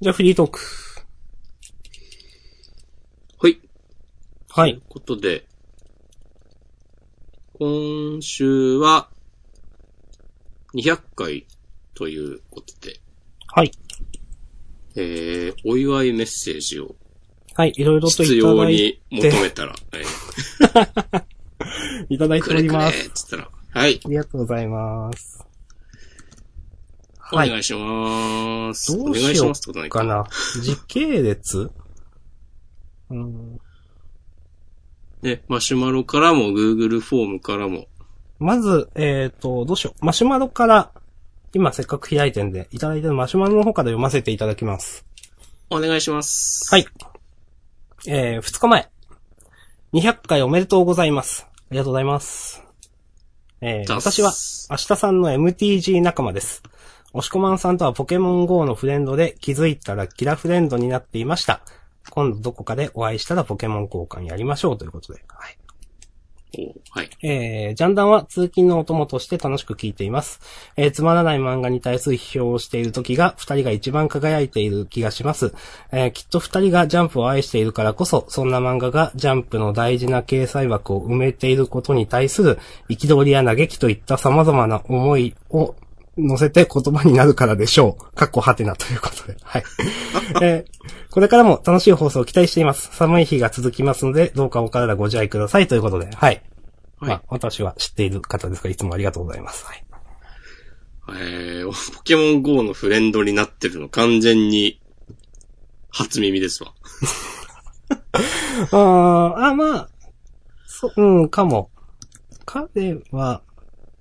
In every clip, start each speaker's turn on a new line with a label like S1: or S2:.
S1: じゃあフリートーク。
S2: はい。
S1: は
S2: とい。
S1: いう
S2: ことで、今週は、200回ということで、
S1: はい。
S2: えー、お祝いメッセージを
S1: はい。いろいろと
S2: 必
S1: いた
S2: 要
S1: だい
S2: に求めたら、え
S1: いただい
S2: ー、
S1: て
S2: く
S1: お
S2: れ
S1: り
S2: くれ
S1: ま
S2: っ
S1: す。
S2: つったら、はい、
S1: ありがとうございます。
S2: お
S1: はい。
S2: 願いします。
S1: どう
S2: お願い
S1: し
S2: し
S1: よ
S2: ますってことな
S1: う
S2: い
S1: か
S2: か。
S1: な。時系列うん。
S2: ね、マシュマロからも Google フォームからも、
S1: まず、えっ、と、どうしよう。マシュマロから、今せっかく開いてんで、いただいてるマシュマロの方から読ませていただきます。
S2: お願いします。
S1: はい。えー、2日前。200回おめでとうございます。ありがとうございます。えー、
S2: だっ
S1: 私は、明日さんの MTG 仲間です。押しこまんさんとはポケモン GO のフレンドで気づいたらキラフレンドになっていました。今度どこかでお会いしたらポケモン交換やりましょうということで。はい。
S2: おはい。
S1: えー、ジャンダンは通勤のお供として楽しく聞いています。えー、つまらない漫画に対する批評をしている時が二人が一番輝いている気がします。えー、きっと二人がジャンプを愛しているからこそ、そんな漫画がジャンプの大事な掲載枠を埋めていることに対する憤りや嘆きといった様々な思いを乗せて言葉になるからでしょう。かっこはてなということで。はい。えーこれからも楽しい放送を期待しています。寒い日が続きますので、どうかお体ご自愛くださいということで。はい。
S2: はい
S1: まあ、私は知っている方ですが、いつもありがとうございます。はい。
S2: えー、ポケモン GO のフレンドになってるの完全に、初耳ですわ。
S1: あーあ、まあ、そう、うん、かも。彼は、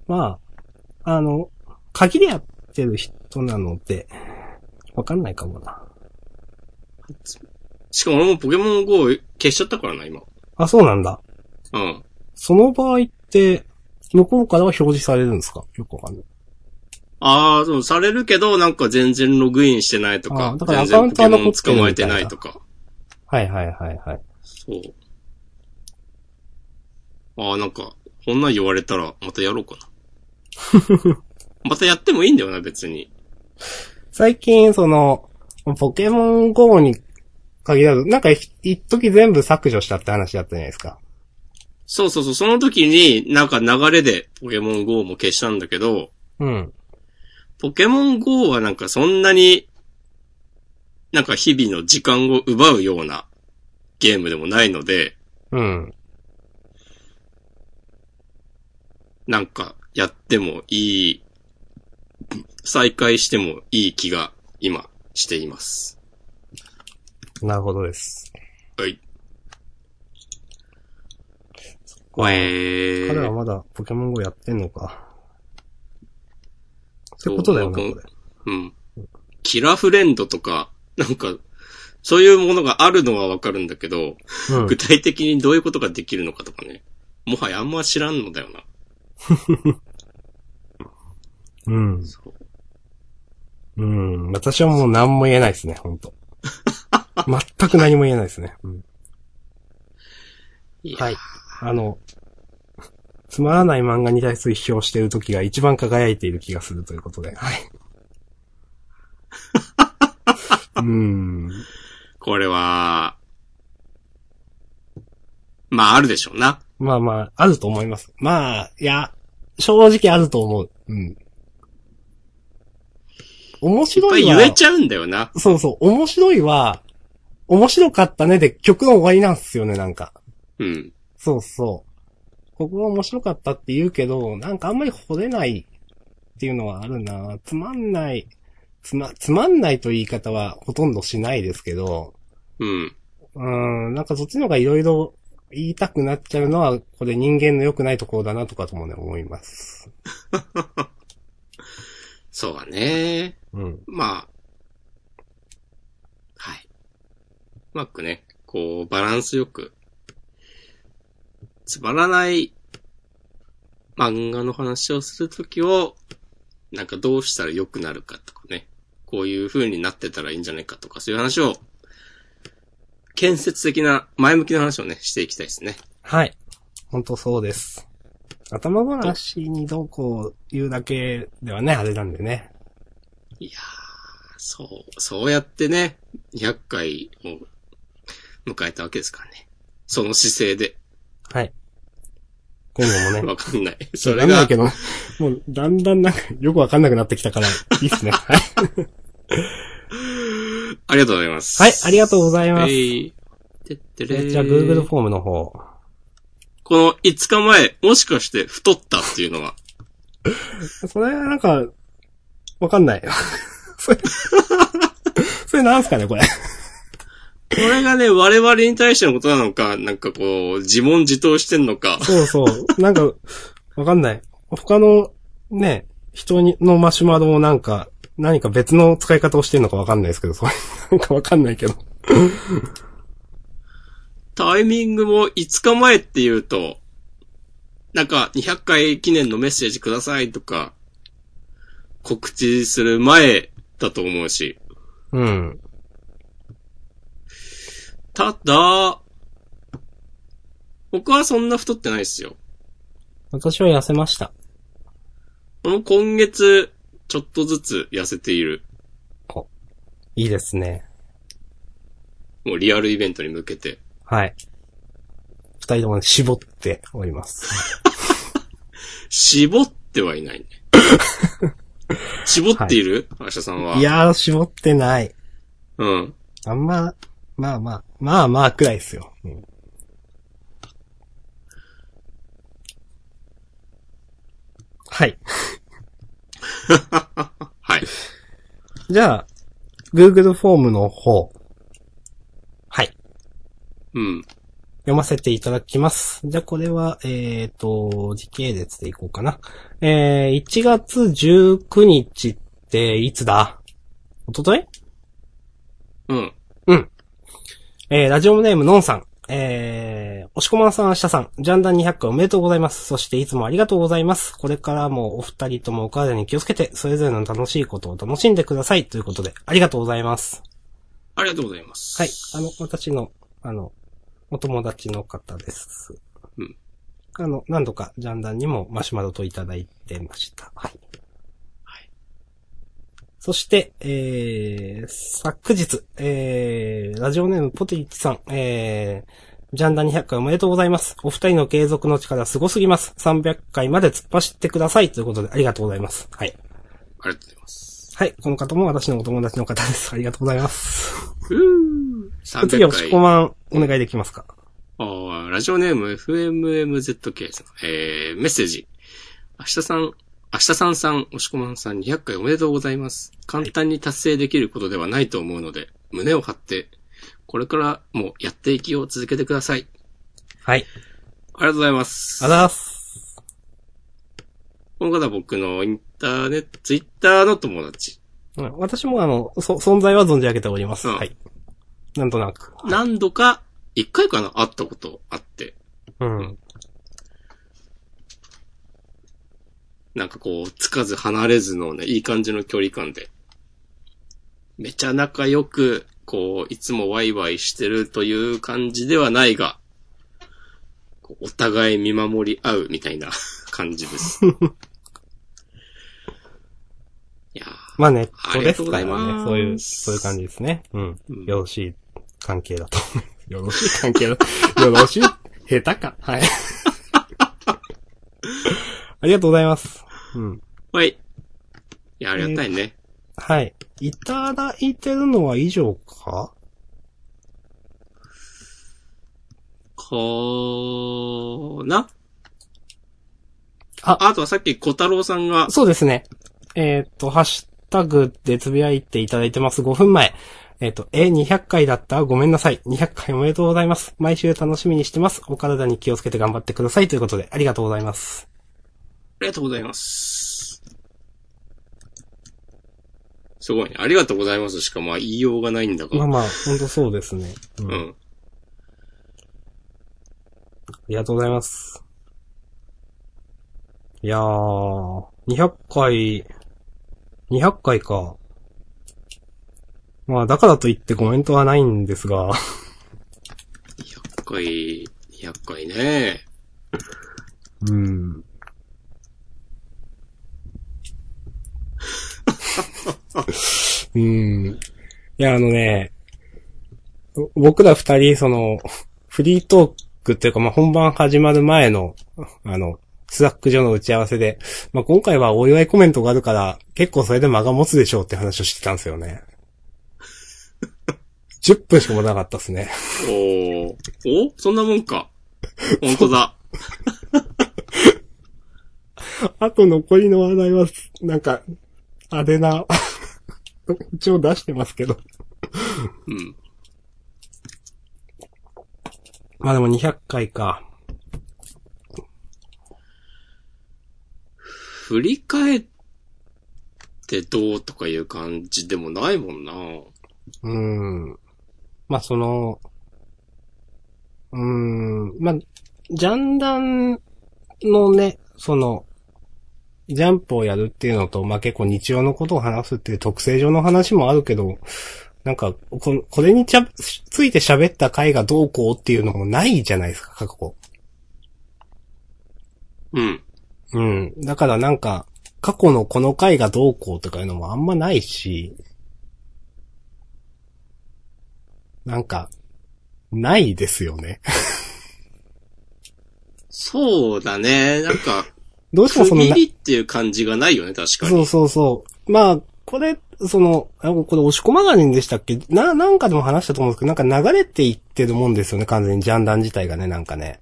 S1: まあ、あの、限り合ってる人なので、わかんないかもな。
S2: しかも俺もポケモン GO 消しちゃったからな、今。
S1: あ、そうなんだ。
S2: うん。
S1: その場合って、向こうからは表示されるんですかよくわかんない。
S2: ああ、そう、されるけど、なんか全然ログインしてないと
S1: あ
S2: か
S1: ー、だから
S2: 全然
S1: アカウントは残ってる
S2: ポケ
S1: みたいな
S2: モン捕まえてないとか。
S1: はいはいはいはい。
S2: そう。ああ、なんか、こんなん言われたら、またやろうかな。 またやってもいいんだよな、別に。
S1: 最近、その、ポケモン GO に限らず、なんか一一時全部削除したって話だったじゃないですか。
S2: そうそうそう、その時に、なんか流れでポケモン GO も消したんだけど、
S1: うん。
S2: ポケモン GO はなんかそんなに、なんか日々の時間を奪うようなゲームでもないので、
S1: うん。
S2: なんかやってもいい、再開してもいい気が今しています。
S1: なるほどです。
S2: はい。え
S1: 彼は
S2: ー、
S1: まだポケモン GO やってんのか。ってことだよ
S2: そう
S1: ね、これ。
S2: うん。キラフレンドとか、なんか、そういうものがあるのはわかるんだけど、
S1: うん
S2: 具。体的にどういうことができるのかとかね。もはやあんま知らんのだよな。
S1: うん。
S2: そう
S1: うん。私はもう何も言えないですね、本 当全く何も言えないですね。うん
S2: いや
S1: はい。あの、つまらない漫画に対する批評している時が一番輝いている気がするということで。はい。 うん。
S2: これは、まああるでしょうな。
S1: まあまあ、あると思います。まあ、いや、正直あると思う。うん。面
S2: いっ
S1: 白
S2: ぱい
S1: い
S2: 言
S1: は
S2: えちゃうんだよな。
S1: そうそう、面白いは、面白かったねで曲の終わりなんですよね、なんか。
S2: うん。
S1: そうそう。ここは面白かったって言うけど、なんかあんまり惚れないっていうのはあるなつまんない。つま、つまんないという言い方はほとんどしないですけど、
S2: うん。
S1: うーん、なんかそっちの方がいろいろ言いたくなっちゃうのは、これ人間の良くないところだなとかともね、思います。
S2: そうだね。
S1: うん。
S2: まあ。はい。うまくね、こう、バランスよく、つまらない漫画の話をするときを、なんかどうしたら良くなるかとかね。こういう風になってたらいいんじゃないかとか、そういう話を、建設的な、前向きな話をね、していきたいですね。
S1: はい。ほんとそうです。頭ごなしにどうこう言うだけではね、あれなんでね。
S2: いやー、そう、そうやってね、200回を迎えたわけですからね。その姿勢で。
S1: はい。今後もね。
S2: わか んない。そ
S1: わ
S2: れ
S1: かんない
S2: が
S1: け、ど、もうだんだんなんかよくわかんなくなってきたから、いいっすね。はい。
S2: ありがとうございます。
S1: はいありがとうございます
S2: えいてってれー
S1: じゃあ Google フォームの方。
S2: この5日前、もしかして太ったっていうのは、
S1: それ、なんか、わかんない。 それ、それなんすかね、これ。
S2: これがね、我々に対してのことなのか、なんかこう、自問自答してんのか、
S1: そうそう。なんか、わかんない。他の、ね、人にのマシュマロをなんか、何か別の使い方をしてるのかわかんないですけど、それ、なんかわかんないけど。
S2: タイミングも5日前っていうと、なんか200回記念のメッセージくださいとか、告知する前だと思うし、
S1: うん。
S2: ただ、僕はそんな太ってないですよ。
S1: 私は痩せました。
S2: この今月、ちょっとずつ痩せている。
S1: いいですね。
S2: もうリアルイベントに向けて。
S1: はい。二人ともね絞っております。
S2: 絞ってはい ないね。絞っている明日さんは。
S1: い。やー、絞ってない。
S2: うん。
S1: あんま、まあまあ、まあまあくらいですよ。うんはい。
S2: はい。
S1: じゃあ、Google フォームの方。はい。
S2: うん。
S1: 読ませていただきます。じゃあこれは、えっ、と、時系列でいこうかな。えー、1月19日っていつだおととい
S2: うん。
S1: えー、ラジオネームのんさん。えー、おしこまんさん、あしたさん、ジャンダン200回おめでとうございます。そしていつもありがとうございます。これからもお二人ともお体に気をつけて、それぞれの楽しいことを楽しんでください。ということで、ありがとうございます。
S2: ありがとうございます。
S1: はい。あの、私の、あの、お友達の方です。
S2: うん。
S1: あの、何度かジャンダンにもマシュマロといただいてました。はい。
S2: はい。
S1: そして、えー、昨日、えー、ラジオネームポテリッチさん、えー、ジャンダン200回おめでとうございます。お二人の継続の力すごすぎます。300回まで突っ走ってください。ということで、ありがとうございます。はい。
S2: ありがとうございます。
S1: はい。この方も私のお友達の方です。ありがとうございます。
S2: ふぅ ー。
S1: 次は
S2: 300
S1: 押し
S2: 回。
S1: 込まん、お願いできますか
S2: ああ、ラジオネーム FMMZK さん。えー、メッセージ。明日さん、明日さんさん、押し込まんさん200回おめでとうございます。簡単に達成できることではないと思うので、胸を張って、これからもやっていきを続けてください。
S1: はい。
S2: ありがとうございます。
S1: あざーす。
S2: この方は僕のインターネット、ツイッターの友達。
S1: うん私もあの、そ、存在は存じ上げております。
S2: うん
S1: はい。なんとなく。
S2: 何度か、一回かな会ったことあって。
S1: うん。
S2: なんかこう、つかず離れずのね、いい感じの距離感で。めちゃ仲良く、こう、いつもワイワイしてるという感じではないが、こうお互い見守り合うみたいな感じです。いや
S1: まあね、
S2: あ
S1: そう
S2: りが
S1: で
S2: と
S1: す
S2: うご
S1: から
S2: ざい
S1: ね
S2: ます。
S1: そういう、そういう感じですね。うん。
S2: うん
S1: よろしい関係だと。 よろしい関係だ。よろしい下手か。 はい。ありがとうございます。うん。
S2: ーはい。いや、ありがたいね。
S1: はい。いただいてるのは以上か
S2: こーな。
S1: あ
S2: あ、あとはさっき小太郎さんが、
S1: そうですね。えーっ、と、ハッシュタグでつぶやいていただいてます。5分前。えーっ、と、え、200回だったごめんなさい。200回おめでとうございます。毎週楽しみにしてます。お体に気をつけて頑張ってください。ということで、ありがとうございます。
S2: ありがとうございます。すごいね。ありがとうございますしか、まあ言いようがないんだ
S1: ま
S2: が。
S1: あまあ、ほんとそうですね。う。
S2: うん
S1: あ
S2: ん。
S1: りがとうございます。いやー、200回、200回か。まあ、だからといってコメントはないんですが、
S2: 200回、200回ね。
S1: うん。 うん。いや、あのね、ぼ僕ら二人、その、フリートークっていうか、まあ、本番始まる前の、あの、スラック上の打ち合わせで、まあ、今回はお祝いコメントがあるから、結構それで間が持つでしょうって話をしてたんですよね。10分しかもなかったですね。
S2: おーおそんなもんか。本当だ。
S1: あと残りの話題は、なんか、あれな、 一応出してますけど。
S2: うん。
S1: まあでも200回か。
S2: 振り返ってどうとかいう感じでもないもんな。
S1: うーん。まあ、その、うーん、まあ、ジャンダンのね、その、ジャンプをやるっていうのと、まあ、結構日常のことを話すっていう特性上の話もあるけど、なんか、このこれにちゃ、ついて喋った回がどうこうっていうのもないじゃないですか、過去。
S2: うん。
S1: うん。だからなんか、過去のこの回がどうこうとかいうのもあんまないし、なんか、ないですよね。
S2: そうだね。なんか、
S1: どうしても そ
S2: 区
S1: の
S2: 切
S1: な、
S2: りっていう感じがないよね、確か
S1: そ
S2: に。
S1: うそうそう。まあ、これ、その、あこれ、押し込まがりんでしたっけな、なんかでも話したと思うんですけど、なんか流れていってるもんですよね、完全にジャンダン自体がね、なんかね。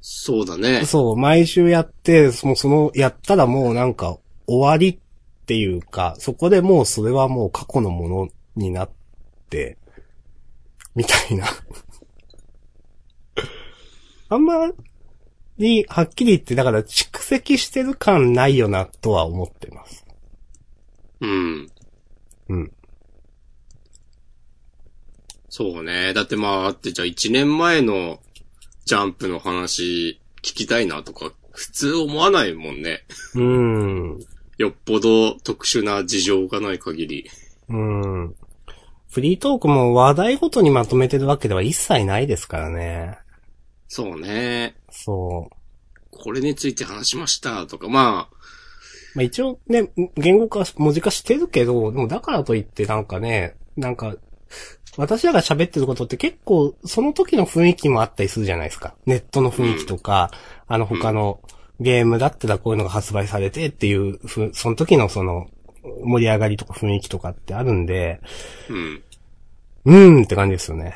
S2: そうだ ね。
S1: そう、毎週やって、その、その、やったらもうなんか終わりっていうか、そこでもうそれはもう過去のものになって、みたいな。 あんまり、はっきり言って、だから蓄積してる感ないよな、とは思ってます。
S2: うん。
S1: うん。
S2: そうね。だってまあ、あってじゃあ1年前のジャンプの話聞きたいなとか、普通思わないもんね。
S1: うーん。
S2: よっぽど特殊な事情がない限り。
S1: うん。フリートークも話題ごとにまとめてるわけでは一切ないですからね。
S2: そうね。
S1: そう。
S2: これについて話しましたとか、まあ、
S1: まあ一応ね、言語化、文字化してるけど、でもだからといってなんかね、なんか、私らが喋ってることって結構その時の雰囲気もあったりするじゃないですか。ネットの雰囲気とか、あの他のゲームだったらこういうのが発売されてっていうふう、その時のその盛り上がりとか雰囲気とかってあるんで、
S2: うん。
S1: うーんって感じですよね。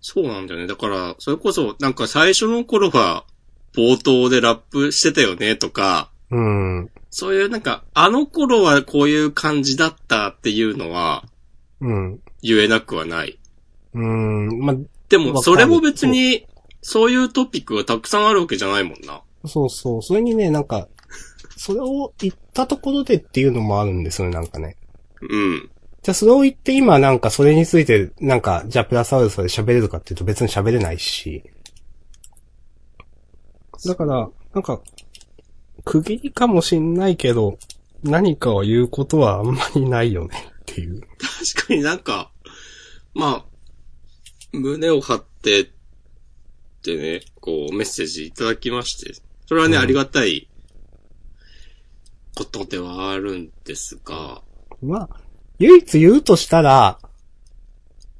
S2: そうなんだよね。だから、それこそ、なんか最初の頃は、冒頭でラップしてたよねとか、
S1: うん。う
S2: そういうなんか、あの頃はこういう感じだったっていうのは、
S1: ん。
S2: 言えなくはない。
S1: うん。まあ、
S2: で
S1: わか
S2: も、
S1: る
S2: それも別に、そういうトピックがたくさんあるわけじゃないもんな。
S1: そうそう。それにね、なんか、それを言ったところでっていうのもあるんですよね、なんかね。
S2: うん。
S1: じゃあそれを言って今なんかそれについてなんかじゃあプラスアルファで喋れるかっていうと別に喋れないし。だから、なんか、区切りかもしんないけど、何かを言うことはあんまりないよねっていう。
S2: 確かになんか、まあ、胸を張って、ってね、こう、メッセージいただきまして、それはね、
S1: うん
S2: ありがたいことではあるんですが、
S1: まあ、唯一言うとしたら、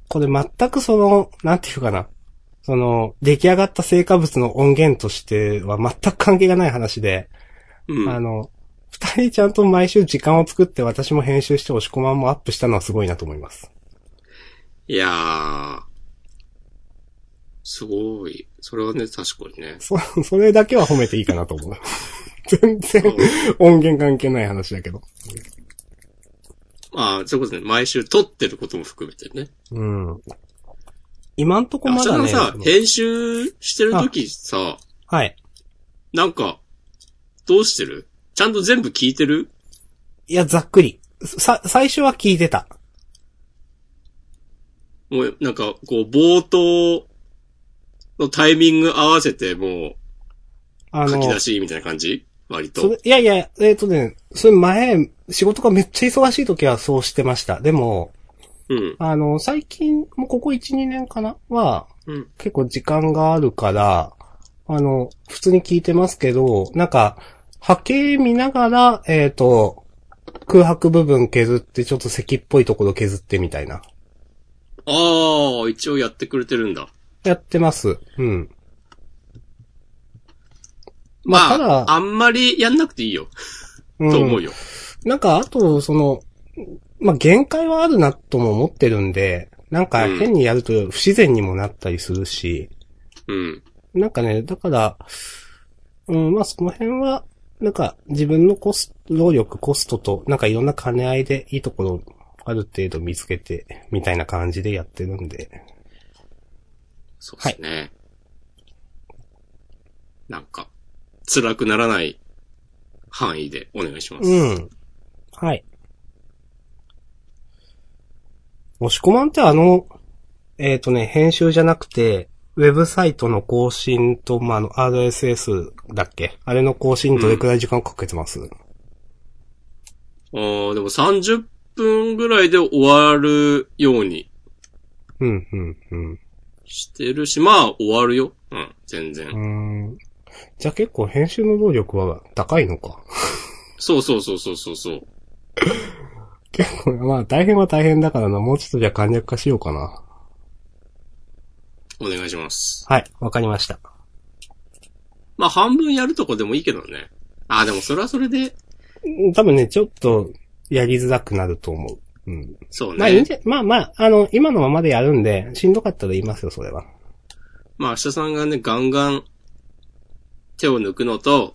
S1: これ全くその、なんていうかな。その、出来上がった成果物の音源としては全く関係がない話で、
S2: うん。
S1: あの、二人ちゃんと毎週時間を作って私も編集して押し込まんもアップしたのはすごいなと思います。
S2: いやー、すごい。それはね、確かに ね。
S1: そ、それだけは褒めていいかなと思う。 全然音源関係ない話だけど。
S2: まあ、そういうことね、毎週撮ってることも含めてね。
S1: うん。今んとこ
S2: あ
S1: ま
S2: それ
S1: だ
S2: の
S1: ね。
S2: さ、編集してる時さ、
S1: はい。
S2: なんか、どうしてるちゃんと全部聞いてる
S1: いや、ざっくり。さ、最初は聞いてた。
S2: もう、なんか、こう、冒頭のタイミング合わせて、も
S1: あ
S2: う、書
S1: の
S2: き、出しみたいな感じ割
S1: そ
S2: と。
S1: れいやいや、えっ、とね、それ前、仕事がめっちゃ忙しい時はそうしてました。でも、
S2: うん。
S1: あの、最近、もうここ1、2年かなは、
S2: うん。
S1: 結構時間があるから、あの、普通に聞いてますけど、なんか、波形見ながら、えっ、と、空白部分削って、ちょっと石っぽいところ削ってみたいな。
S2: ああ、一応やってくれてるんだ。
S1: やってます。うん。まあた
S2: ま
S1: だ
S2: あ、あんまりやんなくていいよ。
S1: ん
S2: と思うよ。
S1: なんか、あと、その、まあ、限界はあるなとも思ってるんで、なんか
S2: うん
S1: 変にやると不自然にもなったりするし、
S2: うん。
S1: なんかね、だから、うん、まあ、その辺は、なんか自分のコスト、労力、コストと、なんかいろんな兼ね合いでいいところ、ある程度見つけて、みたいな感じでやってるんで。
S2: そうですね。なんか、辛くならない範囲でお願いします。
S1: うん。はい。押し込まんってあの、えっ、とね、編集じゃなくて、ウェブサイトの更新と、まあ、あの、RSS だっけあれの更新どれくらい時間かけてます、
S2: あーでも30分ぐらいで終わるように
S1: うん、うん、うん。
S2: してるし、まあ終わるよ。うん、全然。
S1: うーん。じゃあ結構編集の能力は高いのか。
S2: そうそうそうそうそうそう。
S1: 結構、まあ大変は大変だからな、もうちょっとじゃあ簡略化しようかな。
S2: お願いします。
S1: はい、わかりました。
S2: まあ半分やるとこでもいいけどね。あーでもそれはそれで、
S1: うん多分ね、ちょっとやりづらくなると思う。うん。
S2: そうね。
S1: まあいいんじゃ、まあまあ、あの、今のままでやるんで、しんどかったら言いますよ、それは。
S2: まあ、明日さんがね、ガンガン、手を抜くのと、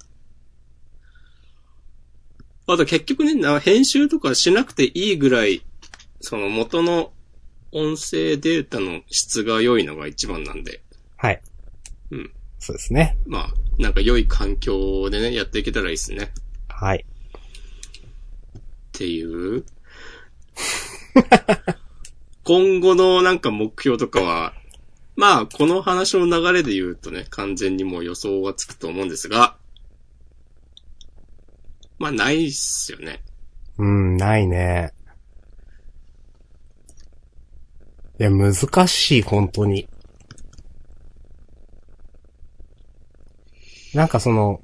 S2: あと結局ね、な編集とかしなくていいぐらい、その元の音声データの質が良いのが一番なんで、
S1: はい。
S2: うん。
S1: そうですね。
S2: まあ、なんか良い環境でね、やっていけたらいいですね。っ
S1: はい。
S2: ていう。今後のなんか目標とかは、まあ、この話の流れで言うとね、完全にもう予想がつくと思うんですが、まあ、ないっすよね。
S1: うん、ないね。いや、難しい、本当に。なんかその、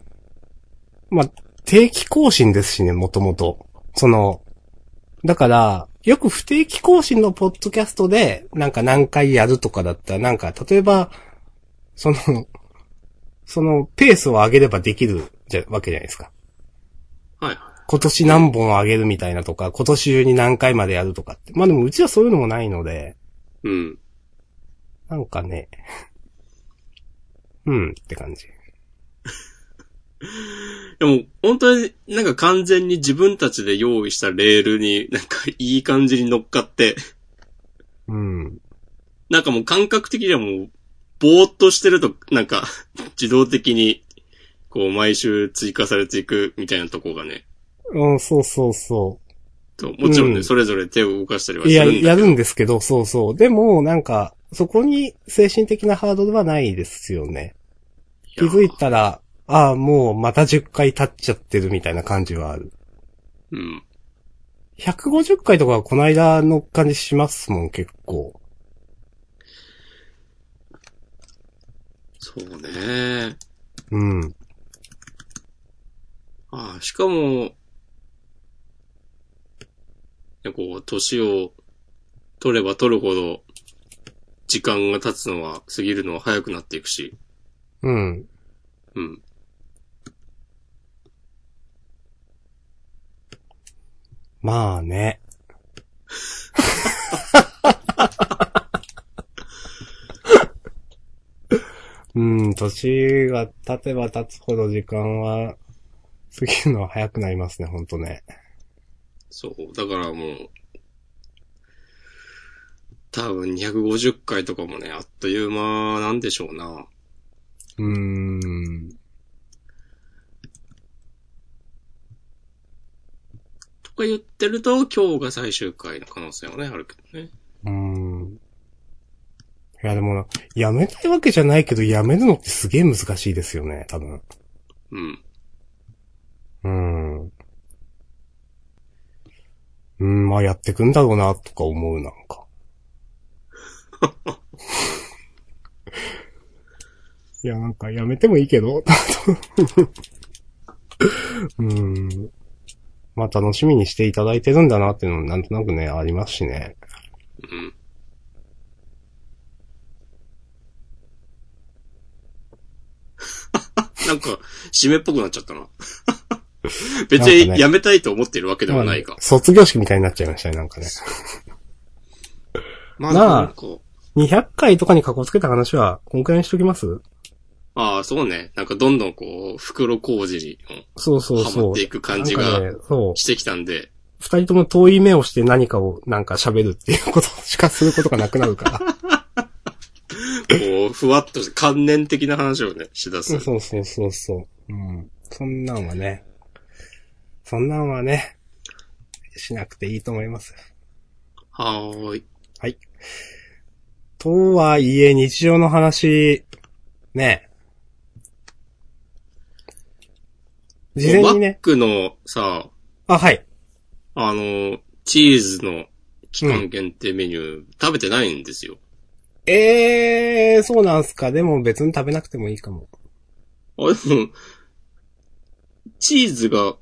S1: まあ、定期更新ですしね、もともと。その、だから、よく不定期更新のポッドキャストで、なんか何回やるとかだったら、なんか、例えば、その、その、ペースを上げればできるじゃ、わけじゃないですか。
S2: はいはい。
S1: 今年何本あげるみたいなとか、今年中に何回までやるとかって。まあでもうちはそういうのもないので、
S2: うん。
S1: なんかね、 うんって感じ。
S2: でも、本当になんか完全に自分たちで用意したレールになんかいい感じに乗っかって、
S1: うん。
S2: なんかもう感覚的にはもう、ぼーっとしてると、なんか、 自動的に、こう、毎週追加されていくみたいなとこがね。
S1: うん、そうそうそ
S2: ともちろん
S1: う
S2: ね、
S1: ん
S2: それぞれ手を動かしたりは
S1: う。
S2: す
S1: いや、
S2: るんだ
S1: や
S2: け
S1: る
S2: ど。
S1: んですけど、そうそう。でも、なんか、そこに精神的なハードルはないですよね。気づい
S2: や。
S1: たら、ああ、もうまた10回経っちゃってるみたいな感じはある。
S2: うん。
S1: 150回とかはこの間の感じしますもん、結構。
S2: そうね。
S1: うん。
S2: ああ、しかも、ねこう、年を取れば取るほど、時間が経つのは、過ぎるのは早くなっていくし。
S1: うん。
S2: うん。
S1: まあね。うん、年が経てば経つほど時間は過ぎるのは早くなりますね、ほんとね。
S2: そう。だからもう、多分250回とかもね、あっという間なんでしょうな。
S1: うーん。
S2: とか言ってると、今日が最終回の可能性はね、あるけどね。
S1: うーん。いや、でもな、やめたいわけじゃないけど、やめるのってすげえ難しいですよね、多分。
S2: うん。
S1: うん。うーん、まあやってくんだろうな、とか思う、なんか。いや、なんかや めてもいいけど、うーん。まあ楽しみにしていただいてるんだなっていうのもなんとなくね、ありますしね。
S2: うん。 なんか、締めっぽくなっちゃっ たな。別
S1: なんか
S2: に
S1: ね
S2: やめたいと思ってるわけでもないが。
S1: 卒業式みたいになっちゃいましたね、なんかね。
S2: まあ、
S1: まあ
S2: なんか、
S1: 200回とかにこつけた話は、こんくらいにしときます
S2: ああ、そうね。なんかどんどんこう、袋工事に
S1: そうそう
S2: ハマ
S1: そ
S2: っ
S1: う
S2: て。いく感じが
S1: なんかね、そう。
S2: してきたんで、
S1: 二人とも遠い目をして何かをなんか喋るっていうことしかすることがなくなるから。
S2: こう、ふわっと観念的な話をね、しだす。
S1: そうそうそうそうそう。うん。そんなんはね。そんなんはね、しなくていいと思います。
S2: はーい。
S1: とはいえ、日常の話、ね。事前
S2: マ
S1: に
S2: ッ
S1: ね。
S2: クのさ、
S1: あ、はい。
S2: あの、チーズの期間限定メニュー、食べてないんですよ。
S1: えー、そうなんすか。でも別に食べなくてもいいかも。
S2: あ、でも、チーズが、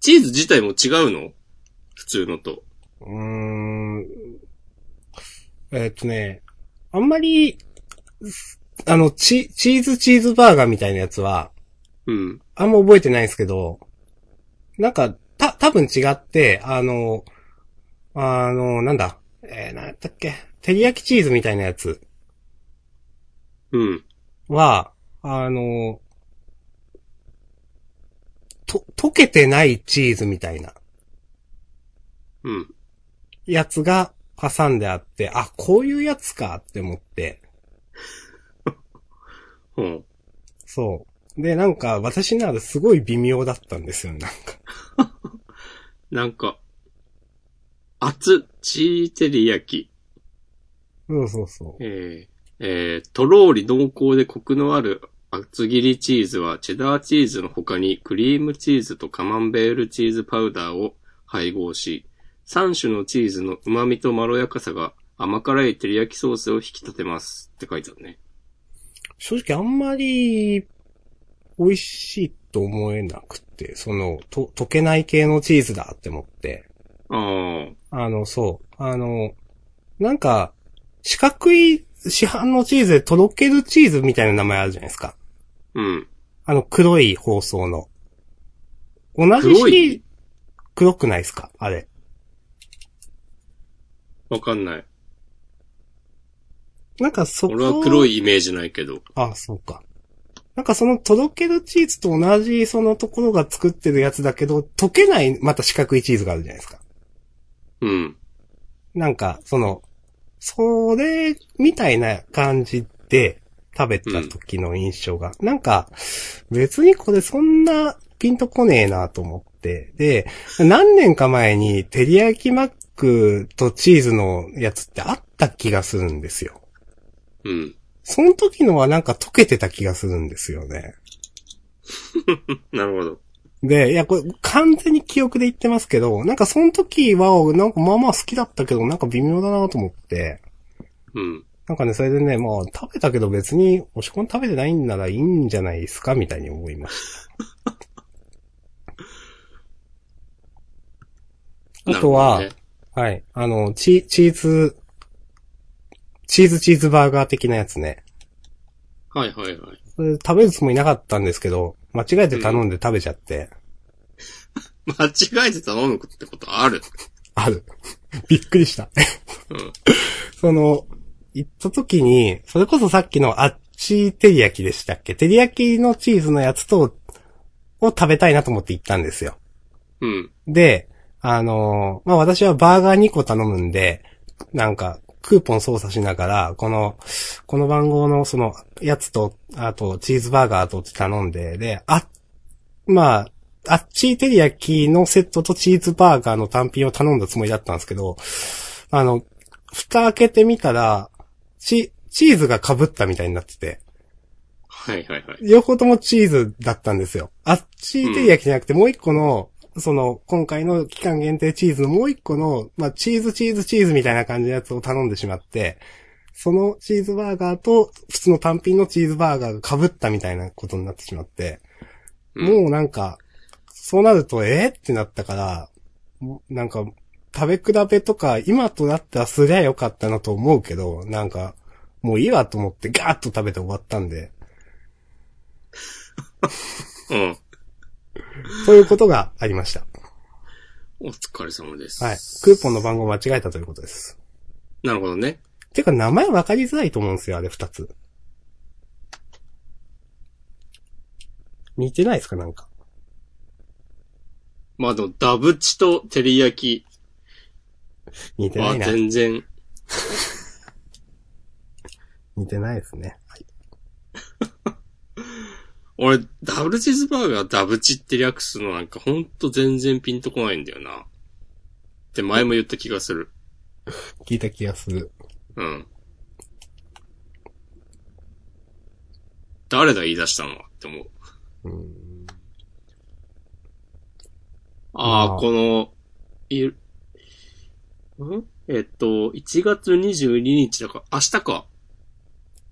S2: チーズ自体も違うの普通のと。
S1: うーん。えーっとね、あんまり、あの、チ、チーズチーズバーガーみたいなやつは、
S2: うん。
S1: あんま覚えてないんですけど、なんか、た、多分違って、あの、あの、なんだ、えー、なんだったっけ、照り焼きチーズみたいなやつ
S2: うん。
S1: は、あの、と、溶けてないチーズみたいな
S2: うん。
S1: やつが挟んであって、あ、こういうやつかって思って、
S2: うん。
S1: そう。で、なんか、私ならすごい微妙だったんですよ、なんか。
S2: なんか、熱、チーテリ焼き。
S1: そうそうそ
S2: えー、えー、とろーり濃厚でコクのある厚切りチーズは、チェダーチーズの他にクリームチーズとカマンベールチーズパウダーを配合し、3種のチーズの旨味とまろやかさが甘辛い照り焼きソースを引き立てますって書いてあるね。
S1: う。正直あんまり、美味しいと思えなくて、その、と、溶けない系のチーズだって思って。
S2: ああ、
S1: あの、そう。あの、なんか、四角い市販のチーズでとろけるチーズみたいな名前あるじゃないですか。
S2: うん。
S1: あの、黒い包装の。同じ
S2: 黒
S1: し
S2: い、
S1: 黒くないですかあれ。
S2: わかんない。
S1: なんかそこ
S2: 俺は黒いイメージないけど。
S1: あ、そうか。なんかそのとろけるチーズと同じそのところが作ってるやつだけど、溶けないまた四角いチーズがあるじゃないですか。
S2: うん。
S1: なんか、その、それみたいな感じで食べた時の印象が、なんか、別にこれそんなピンとこねえなと思って、で、何年か前に照り焼きマックとチーズのやつってあった気がするんですよ。
S2: うん。
S1: その時のはなんか溶けてた気がするんですよね。
S2: なるほど。
S1: で、いや、これ、完全に記憶で言ってますけど、なんかその時は、なんかまあまあ好きだったけど、なんか微妙だなと思って、
S2: うん。
S1: なんかね、それでね、まあ、食べたけど別に、押し込ん食べてないんならいいんじゃないですか、みたいに思いま した。あとは、
S2: なるほどね
S1: はい、あの、チ、チーズ、チーズチーズバーガー的なやつね。
S2: はいはいはい。
S1: それ食べるつもりなかったんですけど、間違えて頼んで食べちゃって、
S2: 間違えて頼むってことある。
S1: ある。 びっくりした。
S2: うん。
S1: その、行った時に、それこそさっきのあっち照り焼きでしたっけ照り焼きのチーズのやつと、を食べたいなと思って行ったんですよ。
S2: うん。
S1: で、あのーまあ、私はバーガー2個頼むんで、なんか、クーポン操作しながら、この、この番号のその、やつと、あと、チーズバーガーとって頼んで、で、あ、まあ、あっち照り焼きのセットとチーズバーガーの単品を頼んだつもりだったんですけど、あの、蓋開けてみたら、チ、チーズが被ったみたいになってて、
S2: はいはいはい。
S1: 両方ともチーズだったんですよ。あっち照り焼きじゃなくて、もう一個の、その、今回の期間限定チーズのもう一個の、まあ、チーズチーズチーズみたいな感じのやつを頼んでしまって、そのチーズバーガーと普通の単品のチーズバーガーが被ったみたいなことになってしまって、
S2: うん
S1: もうなんか、そうなると、えーってなったから、もなんか、食べ比べとか、今となったらすりゃよかったなと思うけど、なんか、もういいわと思ってガーッと食べて終わったんで、
S2: うん。
S1: そういうことがありました。
S2: お疲れ様です。
S1: はい。クーポンの番号間違えたということです。
S2: なるほどね。
S1: てか、名前わかりづらいと思うんですよ、あれ二つ。似てないですか、なんか。
S2: まあでも、ダブチと照り焼
S1: 似
S2: き
S1: てな
S2: はい
S1: な。
S2: 全然、
S1: 似てないですね。はい。
S2: 俺、ダブルチーズバーガーダブチって略すのなんかほんと全然ピンとこないんだよな。って前も言った気がする。
S1: 聞いた気がする。
S2: うん。誰だ言い出したのはって思
S1: う
S2: う。
S1: ん。
S2: あ
S1: まあ
S2: あ、この、い、んえっと、1月22日だから、明日か。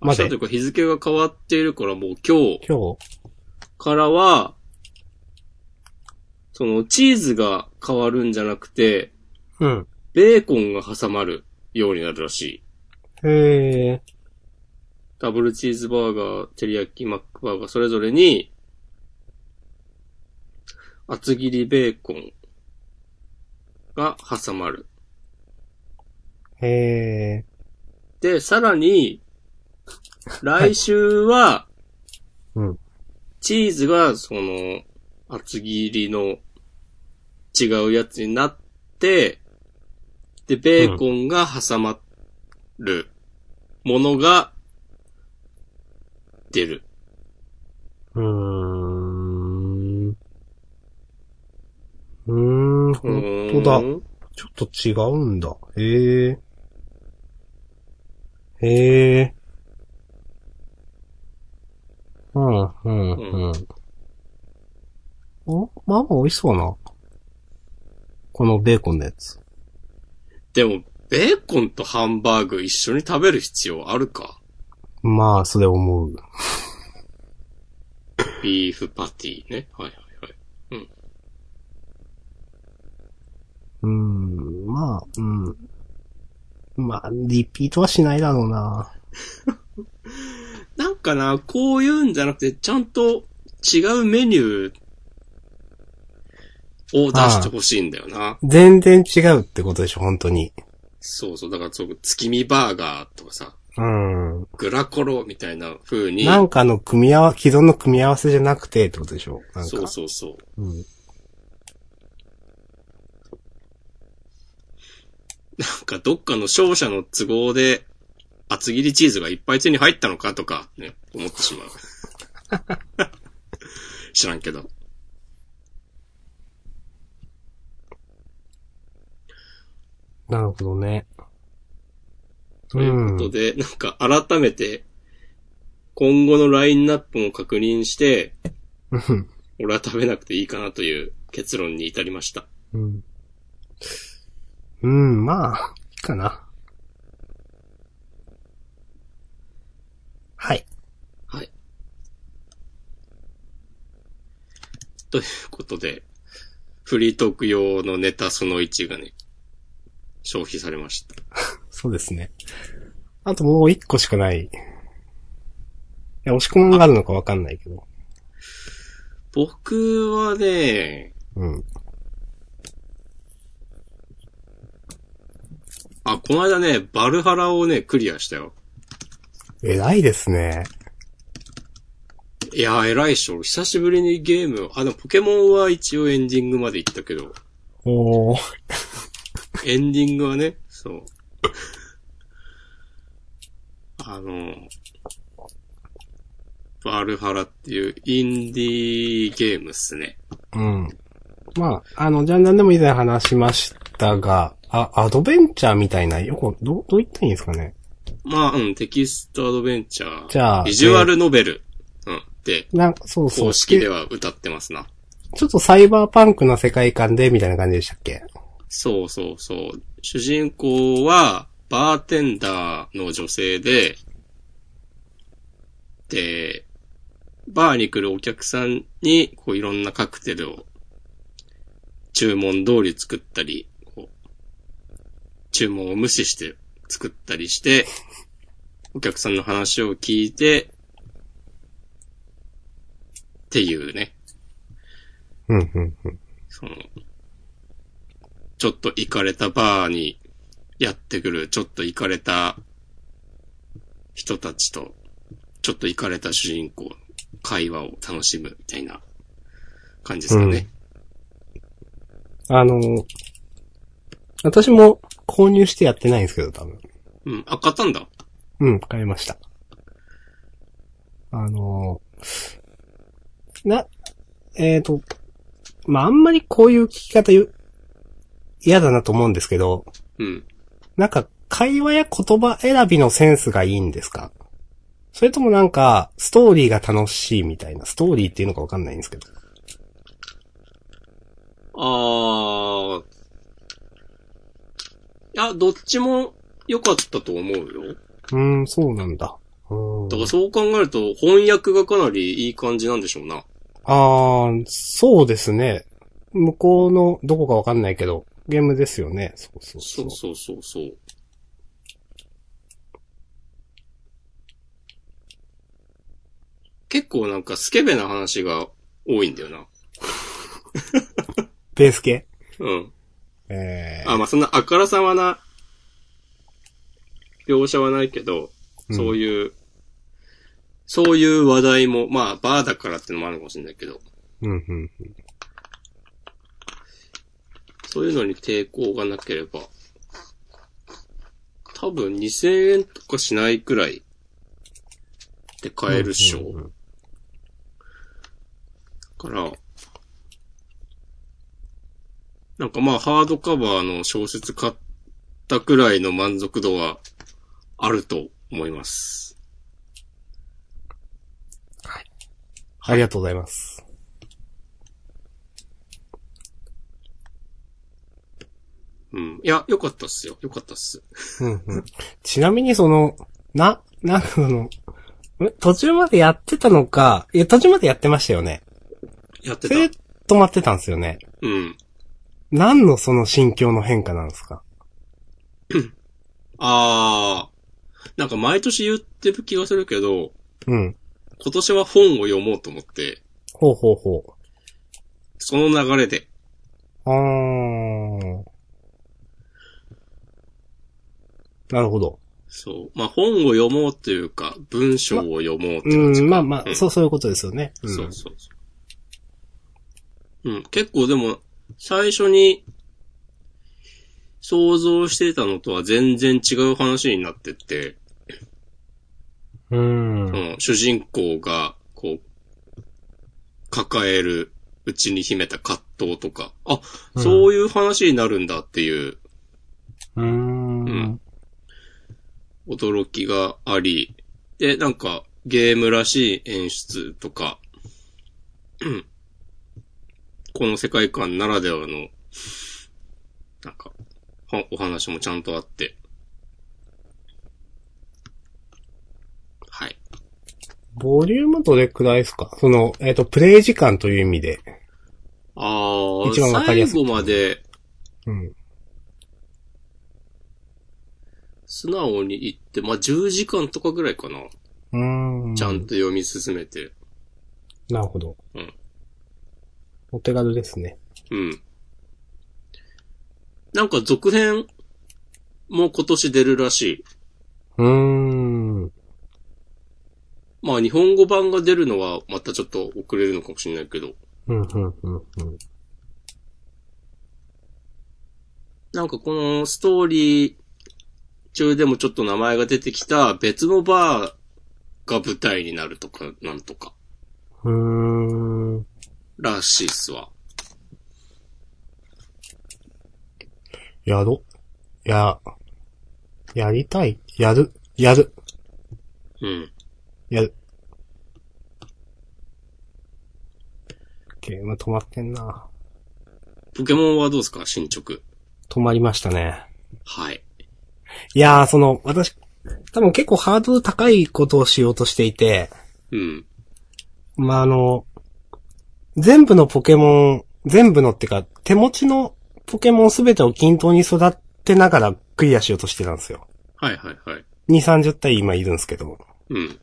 S2: 明
S1: ま
S2: 日と
S1: で
S2: いうか日付が変わっているから、もう今日
S1: 今日、
S2: からは、その、チーズが変わるんじゃなくて、
S1: うん。
S2: ベーコンが挟まるようになるらしい。
S1: へえ。
S2: ダブルチーズバーガー、テリヤキマックバーガー、それぞれに、厚切りベーコンが挟まる。
S1: へえ。
S2: で、さらに、来週は、
S1: うん
S2: チーズが、その、厚切りの違うやつになって、で、ベーコンが挟まるものが出る。
S1: うーん。うーん、本当だ。
S2: うーん
S1: ちょっと違うんだ。へえ。へえ。うん、うん、うん。お、まあまあ美味しそうな。このベーコンのやつ。
S2: でも、ベーコンとハンバーグ一緒に食べる必要あるか
S1: まあ、それ思う。
S2: ビーフパティね。はいはいはい。
S1: うーん、まあ、うん。まあ、リピートはしないだろうな。
S2: なんかな、こういうんじゃなくて、ちゃんと違うメニューを出してほしいんだよな。
S1: 全然違うってことでしょ、本当に。
S2: そうそう。だから、そう、月見バーガーとかさ、
S1: うん。
S2: グラコロみたいな風に、
S1: なんかの組み合わ、既存の組み合わせじゃなくてってことでしょなんか。
S2: そうそうそ
S1: う
S2: う。
S1: ん。
S2: なんかどっかの商社の都合で、厚切りチーズがいっぱい手に入ったのかとか、ね、思ってしまう。 知らんけど。
S1: なるほどね。
S2: ということで、なんか改めて、今後のラインナップも確認して、
S1: うん。
S2: 俺は食べなくていいかなという結論に至りました。
S1: うん。うん、まあ、いいかな。はい。
S2: ということで、フリートーク用のネタその1がね、消費されました。
S1: そうですね。あともう一個しかない。いや、押し込まんがあるのかわかんないけど。
S2: 僕はね、
S1: うん。
S2: あ、この間ね、バルハラをね、クリアしたよ。
S1: 偉いですね。
S2: いやー、偉いっしょ。俺久しぶりにゲーム、あ、でもポケモンは一応エンディングまで行ったけど、
S1: おー。
S2: エンディングはね、そう。あの、バルハラっていうインディーゲームっすね。
S1: うん。まあ、あの、ジャンダンでも以前話しましたが、あ、アドベンチャーみたいな、よく、どう、どう言ったらいいんですかね。
S2: まあ、うん、テキストアドベンチャー。
S1: じゃあ
S2: ビジュアルノベル。うん。で、
S1: なんか、そうそう。
S2: 公式では歌ってますな。
S1: ちょっとサイバーパンクな世界観で、みたいな感じでしたっけ
S2: そうそうそう。主人公は、バーテンダーの女性で、で、バーに来るお客さんに、こういろんなカクテルを注文通り作ったり、こう、注文を無視して作ったりして、お客さんの話を聞いて、っていうね、
S1: うん、うん、うん。
S2: その、ちょっと行かれたバーにやってくる、ちょっと行かれた人たちと、ちょっと行かれた主人公の会話を楽しむみたいな感じですかね。
S1: あの、私も購入してやってないんですけど、多分。
S2: うん、あ、買ったんだ。
S1: うん、買いました。あの、な、えっ、と、まあ、あんまりこういう聞き方よ嫌だなと思うんですけど、
S2: うん。
S1: なんか会話や言葉選びのセンスがいいんですかそれともなんか、ストーリーが楽しいみたいな、ストーリーっていうのかわかんないんですけど。
S2: あー。いや、どっちも良かったと思うよ。
S1: うーん、そうなんだ。う
S2: だ
S1: ー
S2: から
S1: ん
S2: そう考えると、翻訳がかなりいい感じなんでしょうな。
S1: あー、そうですね。向こうのどこかわかんないけど、ゲームですよね。そうそうそ
S2: そうう。そうそうそう。結構なんかスケベな話が多いんだよな。
S1: ベース系
S2: うん。
S1: え
S2: あ、まあ、そんなあからさまな描写はないけど、
S1: うん
S2: そういう、そういう話題も、まあ、バーだからってのもあるかもしれないけど、
S1: ー、うんうん。
S2: そういうのに抵抗がなければ、多分2000円とかしないくらいで買えるっしょ。
S1: うんうんうん
S2: から、なんかまあハードカバーの小説買ったくらいの満足度はあると思います。
S1: ありがとうございます。
S2: うん。いや、よかったっすよ。よかったっす。
S1: うんうんちなみにその、な、なんかその、ん途中までやってたのか、いや、途中までやってましたよね。
S2: やって
S1: そ
S2: た。
S1: れで止まってたんですよね。
S2: うん。
S1: 何のその心境の変化なんですか
S2: あー。なんか毎年言ってる気がするけど、
S1: うん。
S2: 今年は本を読もうと思って、
S1: ほうほうほ
S2: その流れで。
S1: う。あー。なるほど。
S2: そう。まあ本を読もうというか、文章を読もうって感
S1: う
S2: じか
S1: ん、まあま
S2: う
S1: あ、
S2: ん
S1: そう、そういうことですよね。ん
S2: そうそうそう。うん、結構でも、最初に、想像してたのとは全然違う話になってって、
S1: う。
S2: うんん、主人公が、こう、抱える、うちに秘めた葛藤とか、あ、
S1: うん
S2: そういう話になるんだっていう
S1: うん。
S2: うん驚きがあり、で、なんか、ゲームらしい演出とか、 うんこの世界観ならではの、なんか、はお話もちゃんとあって。はい。
S1: ボリュームどれくらいですかその、えっ、と、プレイ時間という意味で。
S2: あー、
S1: 一番わかりやすい
S2: 最後まで
S1: うん。
S2: 素直に言って、まあ、10時間とかぐらいかな。
S1: うん。
S2: ちゃんと読み進めて。
S1: なるほど。
S2: うん
S1: お手軽ですね。
S2: うん。なんか続編も今年出るらしい。
S1: うーん。
S2: まあ日本語版が出るのはまたちょっと遅れるのかもしれないけど、
S1: うん、うん、うん、うん。
S2: なんかこのストーリー中でもちょっと名前が出てきた別のバーが舞台になるとか、なんとか、
S1: うーん。
S2: らしいっすわ。
S1: やろ。や、やりたい。やる。やる。
S2: うん。
S1: やる。ゲーム止まってんな。
S2: ポケモンはどうですか進捗。
S1: 止まりましたね。
S2: はい。
S1: いやー、その、私、多分結構ハードル高いことをしようとしていて、
S2: うん。
S1: まあ、あの、全部のポケモン、全部のってか、手持ちのポケモンすべてを均等に育てながらクリアしようとしてたんですよ。
S2: はいはいはい。
S1: 2、30体今いるんですけど。
S2: うん。
S1: い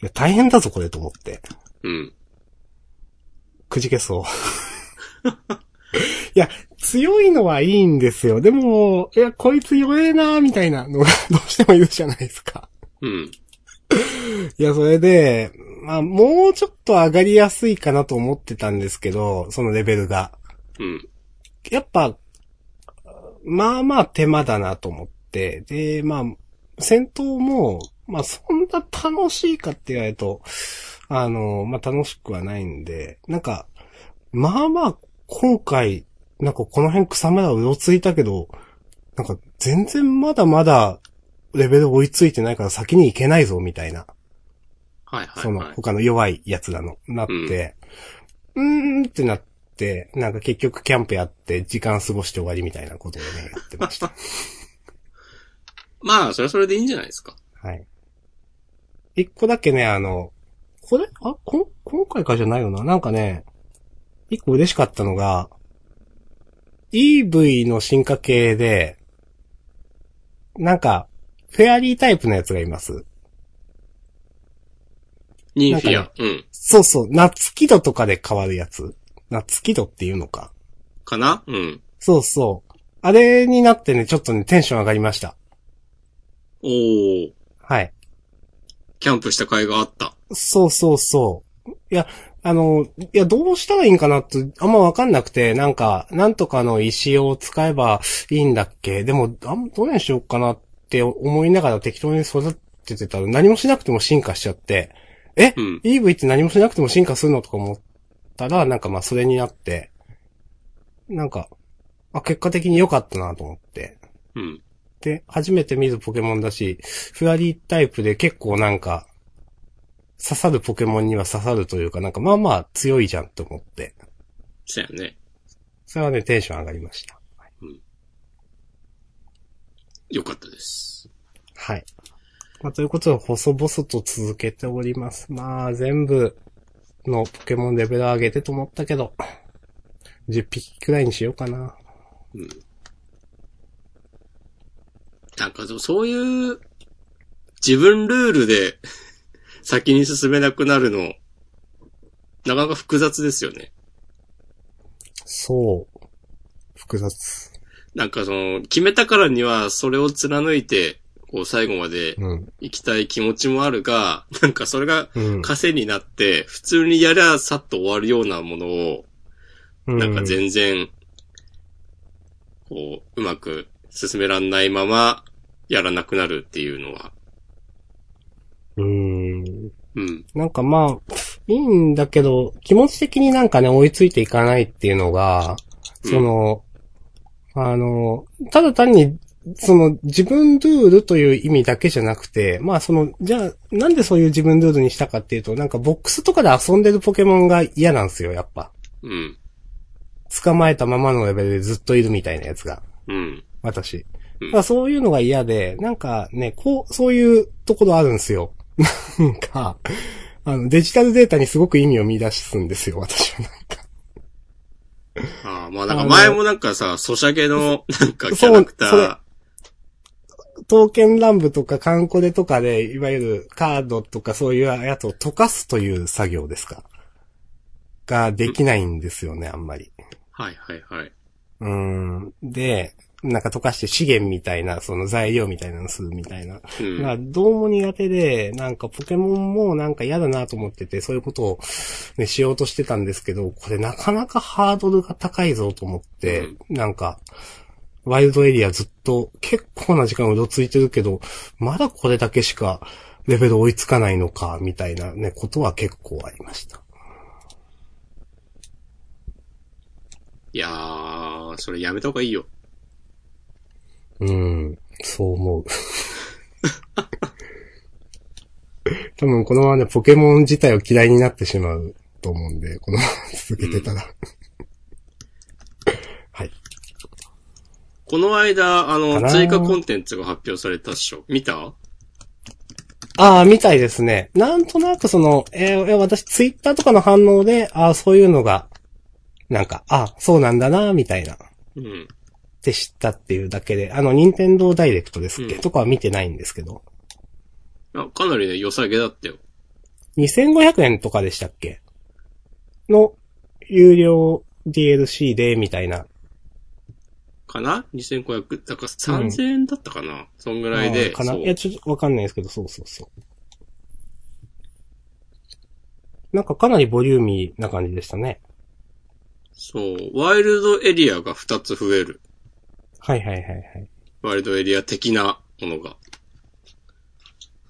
S1: や、大変だぞ、これと思って。
S2: うん。
S1: くじけそう。 いや、強いのはいいんですよ。でも、いや、こいつ弱えなみたいなのが どうしてもいるじゃないですか。
S2: うん。
S1: いや、それで、まあ、もうちょっと上がりやすいかなと思ってたんですけど、そのレベルが。
S2: うん。
S1: やっぱ、まあまあ手間だなと思って、で、まあ、戦闘も、まあそんな楽しいかって言われると、あの、まあ楽しくはないんで、なんか、まあまあ、今回、なんかこの辺草むらうろついたけど、なんか全然まだまだレベル追いついてないから先に行けないぞ、みたいな。
S2: はいはい
S1: その
S2: はい。
S1: 他の弱いやつらの、なって、うーんってなって、なんか結局キャンプやって時間過ごして終わりみたいなことをね、やってま した。
S2: まあ、それはそれでいいんじゃないですか。
S1: はい。一個だけね、あの、これ、あ、こ、今回からじゃないよな。なんかね、一個嬉しかったのが、EV の進化系で、なんか、フェアリータイプのやつがいます。
S2: ニンフィ
S1: なん
S2: ア。うん。
S1: そうそう、夏キドとかで変わるやつ。夏キドっていうのか。
S2: かなうん。
S1: そうそう。あれになってね、ちょっとね、テンション上がりました。
S2: おー。
S1: はい。
S2: キャンプした甲斐があった。
S1: そうそうそう。いや、あの、いや、どうしたらいいんかなって、あんまわかんなくて、なんか、なんとかの石を使えばいいんだっけでも、あんどれにしようかなって思いながら適当に育ててたら、何もしなくても進化しちゃって、え、
S2: うん。
S1: EV って何もしなくても進化するのとか思ったら、なんかまあそれになって、なんか、あ、結果的に良かったなと思って。
S2: うん。
S1: で、初めて見るポケモンだし、フラリータイプで結構なんか、刺さるポケモンには刺さるというか、なんかまあまあ強いじゃんと思って。
S2: そうやね。
S1: それはね、テンション上がりました。
S2: よかったです。
S1: はい。まあ、ということで、細々と続けております。まあ、全部のポケモンレベル上げてと思ったけど、10匹くらいにしようかな。
S2: うん。なんかでもそういう、自分ルールで 先に進めなくなるの、なかなか複雑ですよね。
S1: そう。複雑。
S2: なんかその、決めたからにはそれを貫いて、こう最後まで
S1: うん。
S2: 行きたい気持ちもあるが、なんかそれが
S1: うん。
S2: 枷になって、普通にやりゃさっと終わるようなものを、なんか全然、こう、うまく進めらんないまま、やらなくなるっていうのは、
S1: うん。うん。
S2: うん。
S1: なんかまあ、いいんだけど、気持ち的になんかね、追いついていかないっていうのが、その、あの、ただ単に、その自分ルールという意味だけじゃなくて、まあその、じゃあ、なんでそういう自分ルールにしたかっていうと、なんかボックスとかで遊んでるポケモンが嫌なんですよ、やっぱ。
S2: うん。
S1: 捕まえたままのレベルでずっといるみたいなやつが。
S2: うん。
S1: 私。
S2: うん
S1: まあそういうのが嫌で、なんかね、こう、そういうところあるんですよ。 なんか、あの、デジタルデータにすごく意味を見出すんですよ、私は。
S2: ああ、まあなんか前もなんかさ、ソシャゲの、なんかキャラクタ
S1: そうそれ
S2: ー、
S1: 刀剣乱舞とかカンコレとかで、いわゆるカードとかそういうやつを溶かすという作業ですか。ができないんですよね、あんまり。
S2: はいはいはい。
S1: うーん。で、なんか溶かして資源みたいな、その材料みたいなのするみたいな
S2: うん。
S1: がどうも苦手で、なんかポケモンもなんか嫌だなと思ってて、そういうことをね、しようとしてたんですけど、これなかなかハードルが高いぞと思って、なんか、ワイルドエリアずっと結構な時間うろついてるけど、まだこれだけしかレベル追いつかないのか、みたいなね、ことは結構ありました。
S2: いやー、それやめた方がいいよ。
S1: うん、そう思う。多分このままね、ポケモン自体を嫌いになってしまうと思うんで、このまま続けてたら。はい。
S2: この間、あ
S1: か
S2: の、
S1: な
S2: 追加コンテンツが発表されたっしょ。見た
S1: ああ、みたいですね。なんとなくその、えーえー私ツイッターとかの反応で、ああ、そういうのがなんか、あ、そうなんだな、みたいな、っ
S2: うん。
S1: て知ったっていうだけで、あの、任天堂ダイレクトですっけ、
S2: うん
S1: とかは見てないんですけど、
S2: あかなりね、良さげだったよ。
S1: 2500円とかでしたっけの、有料 DLC で、みたいな。
S2: かな ?2500、だから3000円だったかな、そんぐらいで。
S1: かな
S2: そう
S1: いや、ちょっとわかんないですけど、そうそうそう。なんかかなりボリューミーな感じでしたね。
S2: そう。ワイルドエリアが2つ増える。
S1: はいはいはいはい。
S2: ワイルドエリア的なものが。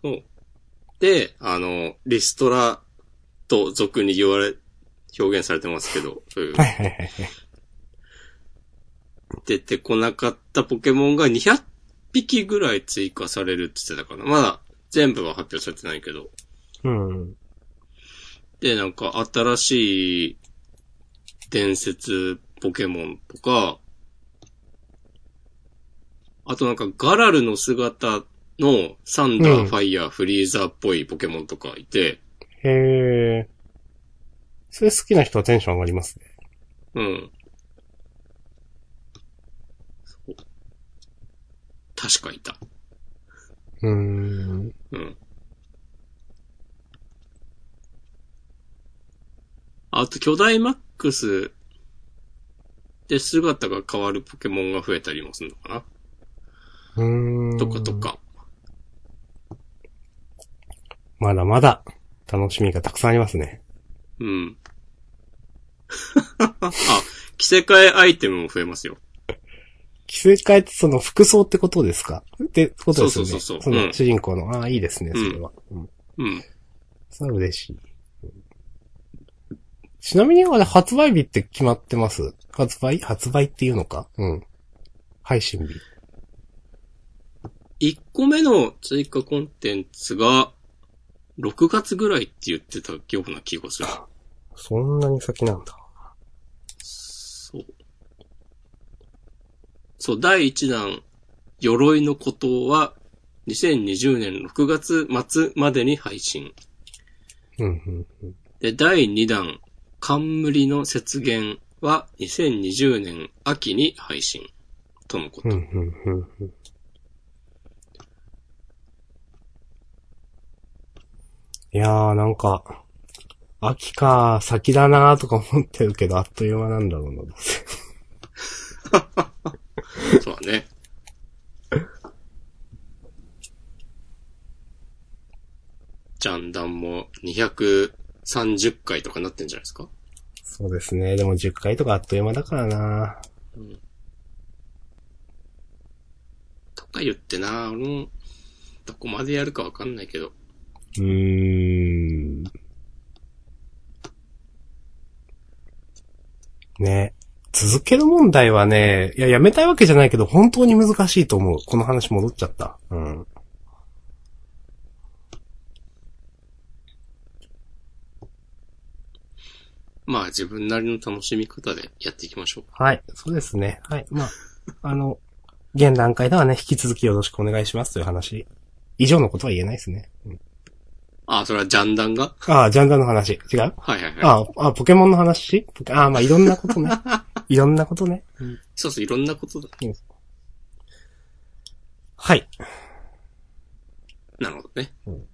S2: そう。で、あの、リストラと俗に言われ、表現されてますけど、そういう
S1: はいはいはいはい。
S2: 出てこなかったポケモンが200匹ぐらい追加されるって言ってたかな。まだ全部は発表されてないけど。
S1: うん。
S2: で、なんか新しい伝説ポケモンとか、あとなんかガラルの姿のサンダ
S1: うん
S2: ー、ファイヤー、フリーザーっぽいポケモンとかいて、
S1: へえ。それ好きな人はテンション上がりますね。
S2: うん。そう確かいた。
S1: うーん。
S2: うん。あと、巨大マックスで姿が変わるポケモンが増えたりもするのか
S1: うーん。
S2: なとかと。か。
S1: まだまだ、楽しみがたくさんありますね。
S2: うん。 あ、着せ替えアイテムも増えますよ。
S1: 着せ替えってその服装ってことですかってことですよね。
S2: そうそうそうそうう
S1: の
S2: ん
S1: 主人公の、ああ、いいですね、それは。うん。
S2: うん。
S1: それは嬉しい。うんちなみにあれ発売日って決まってます発売発売っていうのかうん。配信日。
S2: 1個目の追加コンテンツが、6月ぐらいって言ってたような気がする。
S1: そんなに先なんだ。
S2: そう。そう、第1弾、鎧の孤島は、2020年6月末までに配信。
S1: うん、うん、うん。
S2: で、第2弾、冠の雪原は、2020年秋に配信。とのこ
S1: う
S2: と。
S1: ん、うん、うん、うん。いやーなんか、秋か、先だなーとか思ってるけど、あっという間なんだろうな。
S2: そうだね。ジャンダンも230回とかなってんじゃないですか
S1: そうですね。でも10回とかあっという間だからな
S2: とか言ってな、俺も、どこまでやるかわかんないけど。
S1: うーん。ね。続ける問題はね、いや、やめたいわけじゃないけど、本当に難しいと思う。この話戻っちゃった。うん。
S2: まあ自分なりの楽しみ方でやっていきましょう。
S1: はい。そうですね。はい。 まあ、あの、現段階ではね、引き続きよろしくお願いしますという話。以上のことは言えないですね。うん、
S2: ああ、それはジャンダンが
S1: ああ、ジャンダンの話。違う
S2: はいはいはい。
S1: ああ、ポケモンの話ポケああ、まあ、いろんな ことね。いろんなことね。
S2: そうそう、いろんなことだ。
S1: はい。
S2: なるほどね。
S1: うん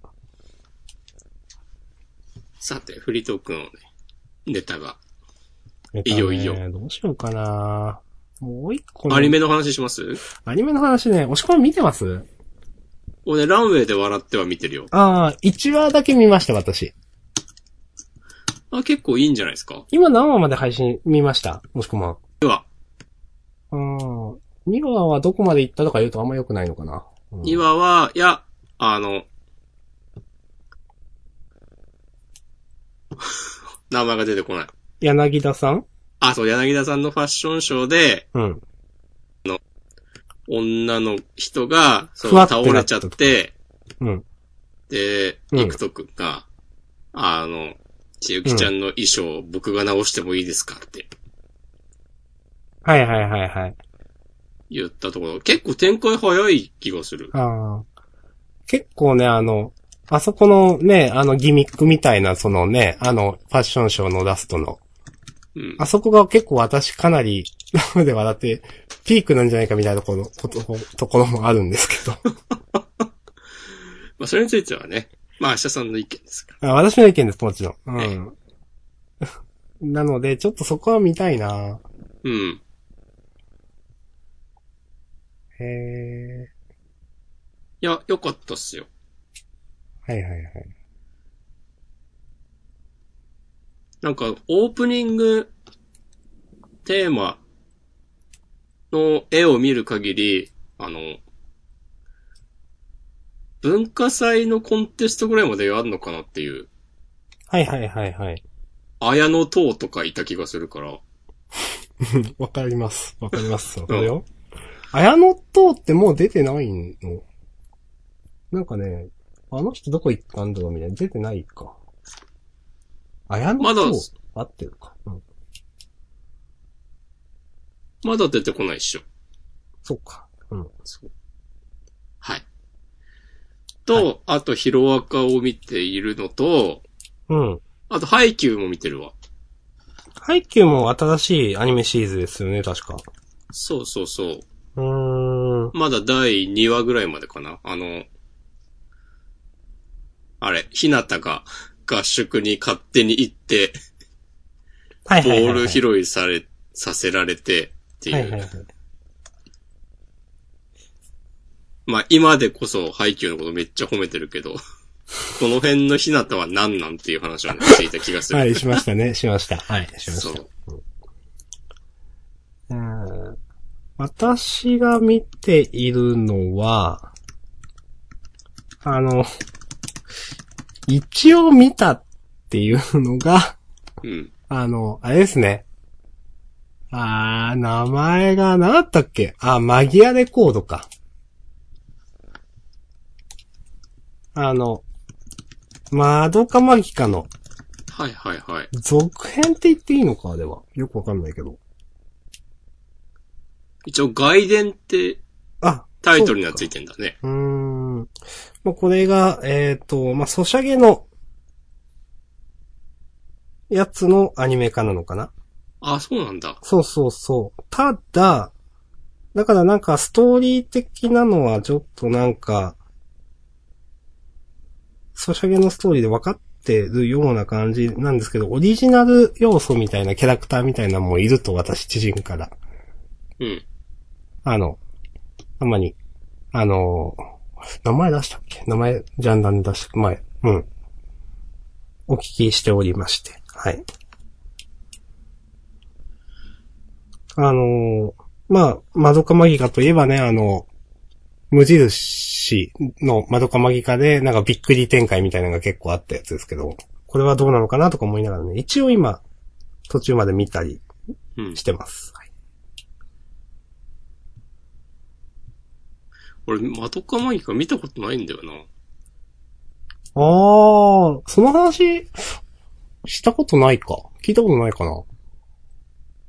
S2: さて、フリートークのね、ネタが。
S1: えっ
S2: いいよいいよ。
S1: どうしようかなもう一個の
S2: アニメの話します
S1: アニメの話ね、押し込み見てます
S2: 俺、ランウェイで笑っては見てるよ。
S1: ああ、1話だけ見ました、私。
S2: あ、結構いいんじゃないですか
S1: 今何話まで配信見ましたもしくは。
S2: では、
S1: うん。2話はどこまで行ったとか言うとあんま良くないのかな。うん
S2: 2。話は、いや、あの、 名前が出てこない。
S1: 柳田さん
S2: あ、そう、柳田さんのファッションショーで、
S1: うん。
S2: 女の人が、そ
S1: ふわっ
S2: う、
S1: て
S2: 倒
S1: な
S2: れちゃって、
S1: うん。
S2: で、
S1: うん
S2: 陸斗くんが、あの、ちゆきちゃんの衣装、僕が直してもいいですかって
S1: はいはいはいはい。
S2: 言ったところ、結構展開早い気がする。
S1: ああ。結構ね、あの、あそこのね、あのギミックみたいな、そのね、あの、ファッションショーのラストの、
S2: うん。
S1: あそこが結構私かなり、なので笑って、ピークなんじゃないかみたいなところ、こと、ところもあるんですけど。
S2: まあ、それについてはね、まあ、明日さんの意見ですか
S1: あ私の意見です、もちろん。う
S2: え
S1: ん。 なので、ちょっとそこは見たいな
S2: ら。うん。
S1: へえ。
S2: いや、よかったっすよ。
S1: はいはいはい。
S2: なんか、オープニングテーマの絵を見る限り、あの、文化祭のコンテストぐらいまであるのかなっていう、
S1: はいはいはいはい。
S2: 綾野塔とかいた気がするか
S1: う
S2: ら、
S1: んわかります。わかります。わかるよ。綾野塔ってもう出てないのなんかね、あの人どこ行ったんだろうみたいな。出てないか。綾野
S2: まだ
S1: 塔、合ってるか。うん。
S2: まだ出てこないっしょ。
S1: そうか。うん。
S2: はい。と、あと、ヒロアカを見ているのと、
S1: うん。
S2: あと、ハイキューも見てるわ。
S1: ハイキューも新しいアニメシリーズですよね、確か。
S2: そうそうそう。
S1: うーん。
S2: まだ第2話ぐらいまでかな。あの、あれ、ひなたが合宿に勝手に行って、
S1: はい
S2: ボ
S1: はいはい、はい。
S2: ール拾いされ、させられてってい
S1: はいはいは
S2: う。
S1: い。
S2: まあ今でこそハイキューのことめっちゃ褒めてるけど、こ の辺のひなたは何なんっていう話をねしていた気がする。
S1: はい、しましたね。しました。はい、しま
S2: そ
S1: した。
S2: う。
S1: うん私が見ているのは、あの、一応見たっていうのが、
S2: うん。
S1: あの、あれですね。あー、名前が何だったっけあ、マギアレコードか。あの、マドカマギカの
S2: はいはいはい。
S1: 続編って言っていいのかあれは。よくわかんないけど。
S2: 一応外伝って
S1: あ、
S2: タイトルにはついてんだね。
S1: うーん。まあ、これが、えっ、と、まあ、ソシャゲの、やつのアニメ化なのかな
S2: あ、そうなんだ。
S1: そうそうそう。ただ、だからなんかストーリー的なのはちょっとなんか、ソシャゲのストーリーで分かってるような感じなんですけど、オリジナル要素みたいなキャラクターみたいなのもいると私知人から。
S2: うん。
S1: あの、たまに、あのー名前出したっけ名前、ジャンダンで出した前、うん。お聞きしておりまして、はい。あのーまあ、マドカマギカといえばね、あの、無印のマドカマギカで、なんかびっくり展開みたいなのが結構あったやつですけど、これはどうなのかなとか思いながらね、一応今、途中まで見たり
S2: うん
S1: し。てます。はい
S2: 俺、マドカマギカ見たことないんだよな。
S1: ああ、その話、したことないか。聞いたことないかな。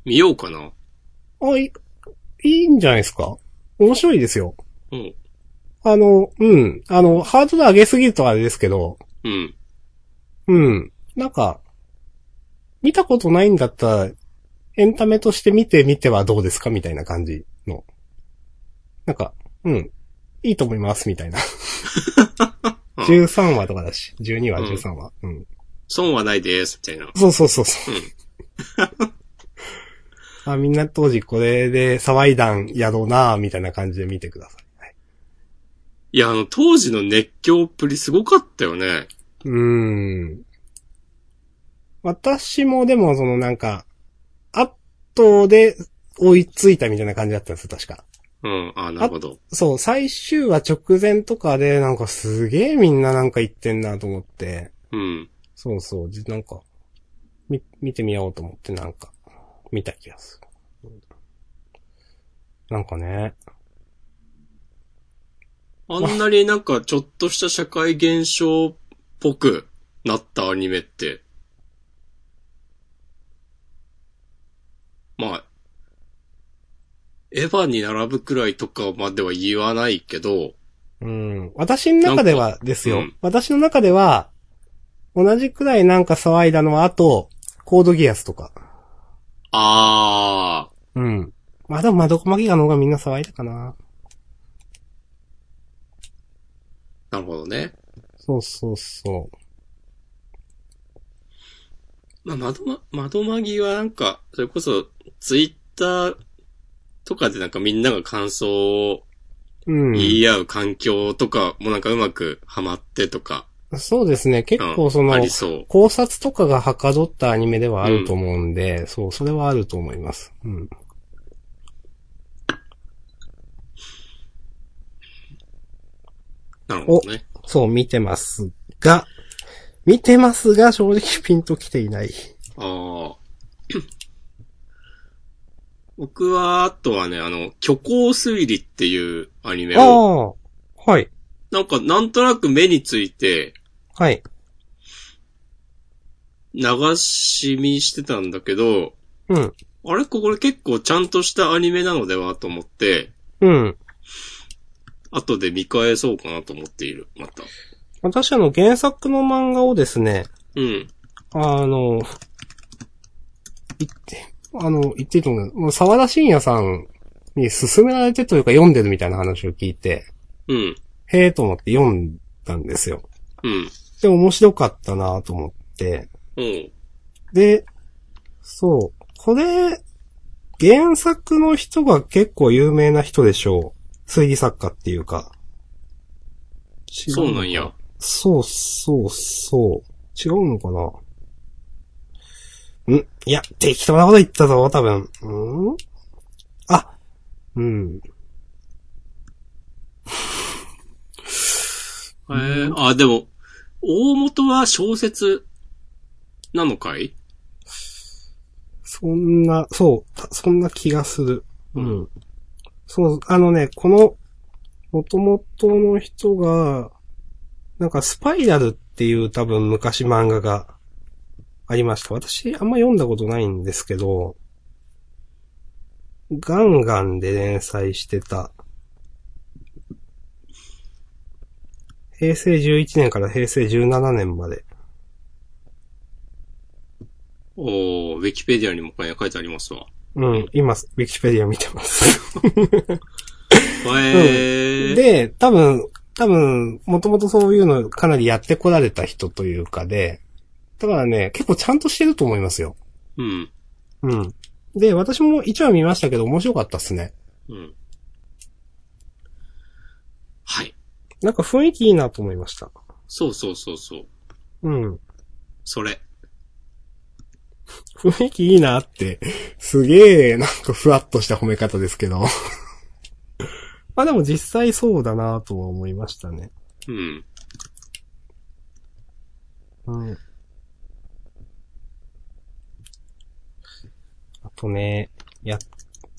S2: 見ようかな。
S1: あ、い、いいんじゃないですか。面白いですよ。
S2: うん。
S1: あの、うん。あの、ハードル上げすぎるとあれですけど、
S2: うん。
S1: うん。なんか、見たことないんだったら、エンタメとして見てみてはどうですかみたいな感じの。なんか、うん。いいと思います、みたいな。
S2: うん
S1: 13話とかだし、12話、
S2: うん
S1: 13話。うん。
S2: 損はないです、みたいな。
S1: そうそうそうそう。 あみんな当時これで騒いだんやろうなぁみたいな感じで見てください。はい、
S2: いや、あの、当時の熱狂っぷりすごかったよね。
S1: うーん。私もでもそのなんか、後で追いついたみたいな感じだったんですよ、確か。
S2: うん。あ、なるほど。
S1: そう、最終話直前とかでなんかすげえみんななんか言ってんなと思って。
S2: うん。
S1: そうそう、じなんか、み、見てみようと思って、なんか、見た気がする。なんかね、
S2: あんなになんかちょっとした社会現象っぽくなったアニメって。まあ、エヴァに並ぶくらいとかまでは言わないけど、
S1: うん、私の中ではですよ、
S2: うん
S1: 私の中では、同じくらいなんか騒いだのは、あと、コードギアスとか。
S2: ああ、
S1: うん。まあでも窓コマギガの方がみんな騒いだかな。
S2: なるほどね。
S1: そうそうそ
S2: まあ、窓ま、窓まぎはなんか、それこそ、ツイッターとかでなんかみんなが感想を
S1: う。うん。
S2: 言い合う環境とかもなんかうまくハマってとか、
S1: そうですね。結構その
S2: あ、りそう。
S1: 考察とかがはかどったアニメではあると思うんで、そう、それはあると思います。うん。
S2: なるほどね。
S1: そう、見てますが、見てますが、正直ピンときていない。
S2: ああ。 僕は、あとはね、あの、虚構推理っていうアニメ
S1: あ
S2: を、
S1: あ、はい、
S2: なんかなんとなく目について
S1: はい、
S2: 流し見してたんだけど、
S1: うん、
S2: あれこれ結構ちゃんとしたアニメなのではと思って、
S1: うん。
S2: 後で見返そうかなと思っている、また。
S1: 私あの原作の漫画をですね、
S2: うん。
S1: あの、言って、あの、言っていいと思う。もう沢田信也さんに勧められてというか読んでるみたいな話を聞いて、
S2: うん。
S1: へえと思って読んだんですよ。
S2: うん。
S1: で、面白かったなと思って、
S2: うん。
S1: で、そう。これ、原作の人が結構有名な人でしょう。推理作家っていうか。違のか
S2: そうなんや。。
S1: そうそうそう。違うのかなんいや、適当なこと言ったぞ、多分。うんあ、うん。
S2: へえあ、でも、大元は小説なのかい
S1: そんな、そうた、そんな気がする。うん。そう、あのね、この、元々の人が、なんかスパイラルっていう多分昔漫画がありました。私、あんま読んだことないんですけど、ガンガンで連載してた。平成11年から平成17年まで。
S2: おー、ウィキペディアにもこれ書いてありますわ。
S1: うん、今、ウィキペディア見てます。
S2: へえ
S1: で、多分、多分、もともとそういうのかなりやってこられた人というかで、だからね、結構ちゃんとしてると思いますよ。
S2: うん。
S1: うん。で、私も一話見ましたけど面白かったっすね。
S2: うん。はい。
S1: なんか雰囲気いいなと思いました。
S2: そうそうそうそう。
S1: うん。
S2: それ。
S1: 雰囲気いいなって、すげえ、なんかふわっとした褒め方ですけど。 まあでも実際そうだなとは思いましたね。
S2: うん。
S1: うん。あとね、いや、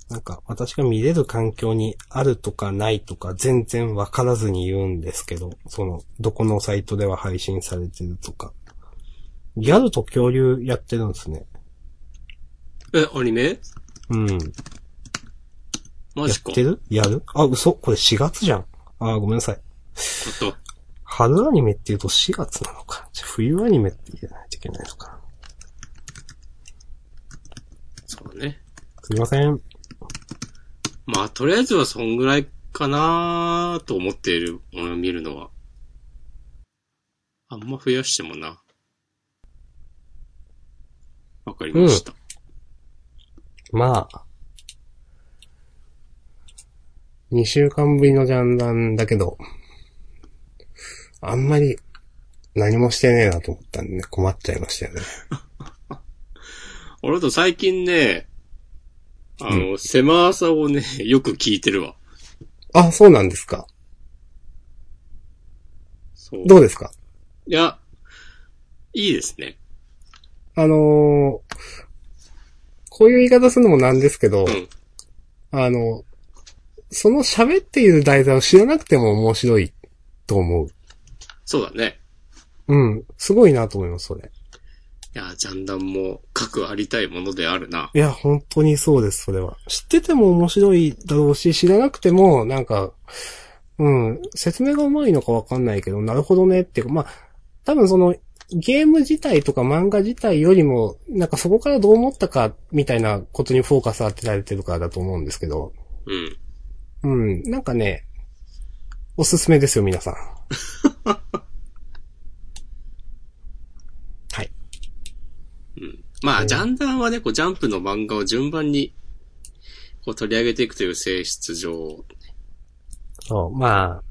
S1: なんか私が見れる環境にあるとかないとか全然わからずに言うんですけど、その、どこのサイトでは配信されてるとか。ギャルと恐竜やってるんですね。
S2: え、アニメ
S1: うん。
S2: マ
S1: や
S2: ジか
S1: っ。てるやるあ、嘘これ4月じゃん。あー、ごめんなさい。
S2: あと、
S1: 春アニメって言うと4月なのか。じゃあ冬アニメって言わないといけないのか。
S2: そうだね。
S1: すいません。
S2: まあ、とりあえずはそんぐらいかなと思っているものを見るのは。あんま増やしてもな。わかりました。
S1: まあ、2週間ぶりのジャンダンだけど、あんまり何もしてねえなと思ったんで、ね、困っちゃいましたよね。
S2: 俺と最近ね、あの、狭さをね、 よく聞いてるわ。
S1: あ、そうなんですか。
S2: そう。
S1: どうですか
S2: いや、いいですね。
S1: あのーこういう言い方するのもなんですけど、
S2: うん。
S1: あの、その喋っている題材を知らなくても面白いと思う。
S2: そうだね。
S1: うん。すごいなと思います、それ。
S2: いや、ジャンダンも核ありたいものであるな。
S1: いや、本当にそうです、それは。知ってても面白いだろうし、知らなくても、なんか、うん、説明がうまいのかわかんないけど、なるほどねっていうか、まあ、多分その、ゲーム自体とか漫画自体よりも、なんかそこからどう思ったか、みたいなことにフォーカス当てられてるからだと思うんですけど。
S2: うん。
S1: うん、なんかね、おすすめですよ、皆さん。はい。
S2: うん。まあ、ジャンダンはね、こう、ジャンプの漫画を順番に、こう、取り上げていくという性質上、
S1: そう、まあ、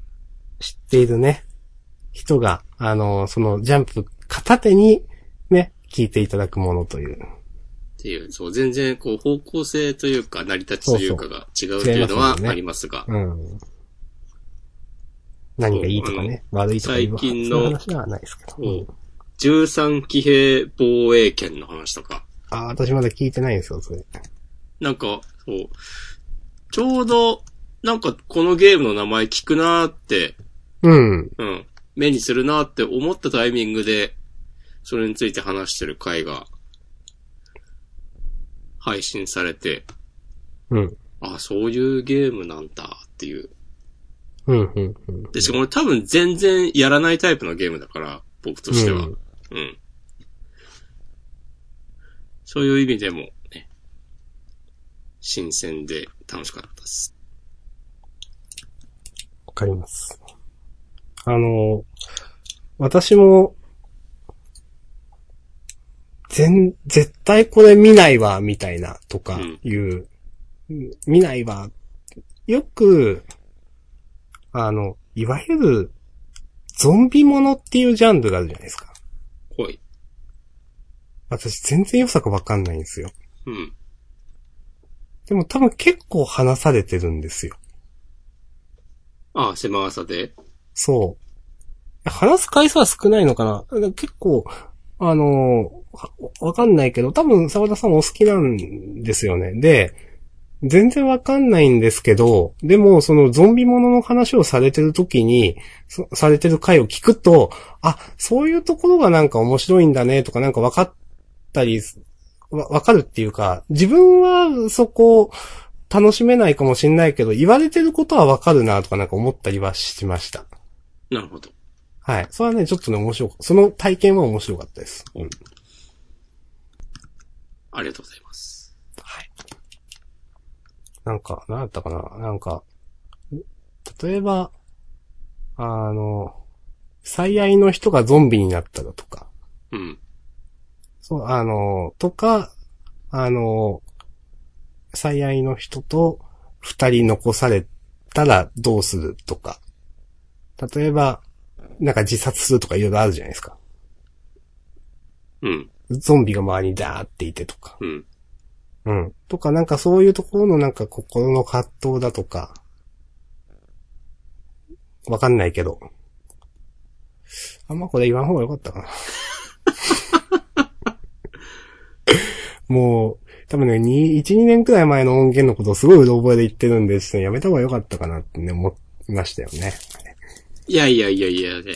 S1: 知っているね、人が、あの、そのジャンプ片手に、ね、聞いていただくものという。
S2: っていう、そう、全然、こう、方向性というか、成り立ちというかが違うというのは
S1: 違いますもんね
S2: ありますが、
S1: うん。何がいいとかね、悪いとかいう
S2: 最近の
S1: 話ではないですけど。うん
S2: 13騎兵防衛権の話とか、
S1: あー私まだ聞いてないんですよ、それ。
S2: なんか、そう、ちょうど、なんか、このゲームの名前聞くなーって、
S1: うん。
S2: うん、目にするなーって思ったタイミングで、それについて話してる回が、配信されて、
S1: うん。
S2: あ、そういうゲームなんだっていう。
S1: うん、うん、うん。
S2: で、しかも多分全然やらないタイプのゲームだから、僕としては。
S1: うん
S2: うん。そういう意味でも、ね、新鮮で楽しかったです。
S1: わかります。あの、私も、全、絶対これ見ないわ、みたいな、とか
S2: うん、
S1: いう、うん見ないわ。よく、あの、いわゆる、ゾンビものっていうジャンルがあるじゃないですか。
S2: ほい。
S1: 私全然良さがわかんないんですよ。
S2: うん。
S1: でも多分結構話されてるんですよ。
S2: ああ、狭さで。
S1: そう。話す回数は少ないのかな結構、あのーわわかんないけど、多分沢田さんお好きなんですよね。で、全然わかんないんですけど、でもそのゾンビものの話をされてる時に、そされてる回を聞くと、あ、そういうところがなんか面白いんだねとかなんかわかったり、わわかるっていうか、自分はそこ楽しめないかもしんないけど、言われてることはわかるなとかなんか思ったりはしました。
S2: なるほど。
S1: はい。それはね、ちょっとね、面白かその体験は面白かったです。うん。
S2: ありがとうございます。
S1: はい。なんか、何だったかななんか、例えば、あの、最愛の人がゾンビになっただとか、
S2: うん。
S1: そう、あの、とか、あの、最愛の人と二人残されたらどうするとか、例えば、なんか自殺するとかいろいろあるじゃないですか。
S2: うん。
S1: ゾンビが周りにダーっていてとか。
S2: うん。
S1: うん。とか、なんかそういうところのなんか心の葛藤だとか、わかんないけど。あんまこれ言わん方がよかったかな。もう、多分ね、に1、2年くらい前の音源のことをすごいうろ覚えで言ってるんで、ちょっとやめた方がよかったかなってね、思いましたよね。
S2: いやいやいやいやいや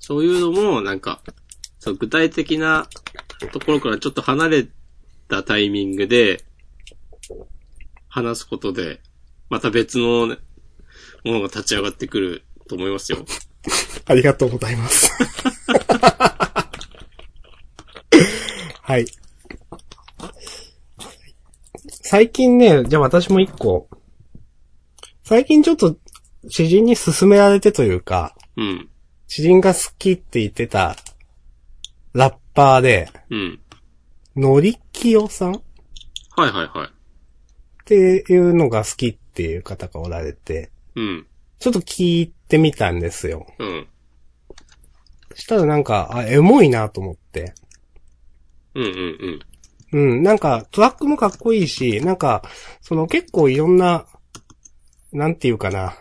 S2: そういうのも、なんか、そう、具体的なところからちょっと離れたタイミングで、話すことで、また別のねものが立ち上がってくると思いますよ。
S1: ありがとうございます。はい。最近ね、じゃあ私も一個。最近ちょっと知人に勧められてというか、
S2: うん。
S1: 知人が好きって言ってたラッパーで、
S2: うん。
S1: のりきよさんっ
S2: はいはいはい。
S1: ていうのが好きっていう方がおられて、
S2: うん。
S1: ちょっと聞いてみたんですよ。
S2: うん。
S1: したらなんか、あ、エモいなと思って。
S2: うんうん
S1: うん、なんか、トラックもかっこいいし、なんか、その結構いろんな、なんていうかな、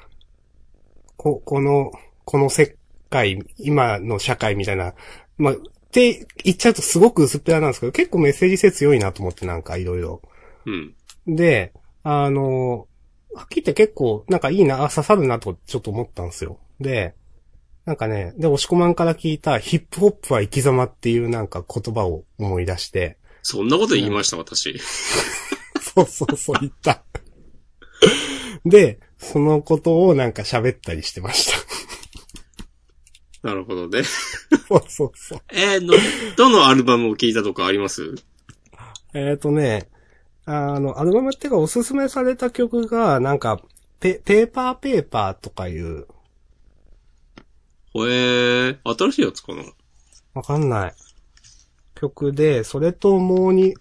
S1: こ、この、この世界、今の社会みたいな、まあ、って言っちゃうとすごく薄っぺらなんですけど、結構メッセージ性強いなと思って、なんかいろいろ。
S2: うん。うん。
S1: で、あの、はっきり言って結構、なんかいいな、あ刺さるなとちょっと思ったんですよ。で、なんかね、で、押し込まんから聞いた、ヒップホップは生き様っていうなんか言葉を思い出して、
S2: そんなこと言いました、私。
S1: そうそうそう、言った。で、そのことをなんか喋ったりしてました。
S2: なるほどね。
S1: そうそうそう。
S2: えー、の、どのアルバムを聴いたとかあります
S1: えっ、とね、あの、アルバムっていうかおすすめされた曲が、なんか、ペ、ペーパーペーパーとかいう、
S2: ほえー、新しいやつかな
S1: わかんない。曲で、それともうに、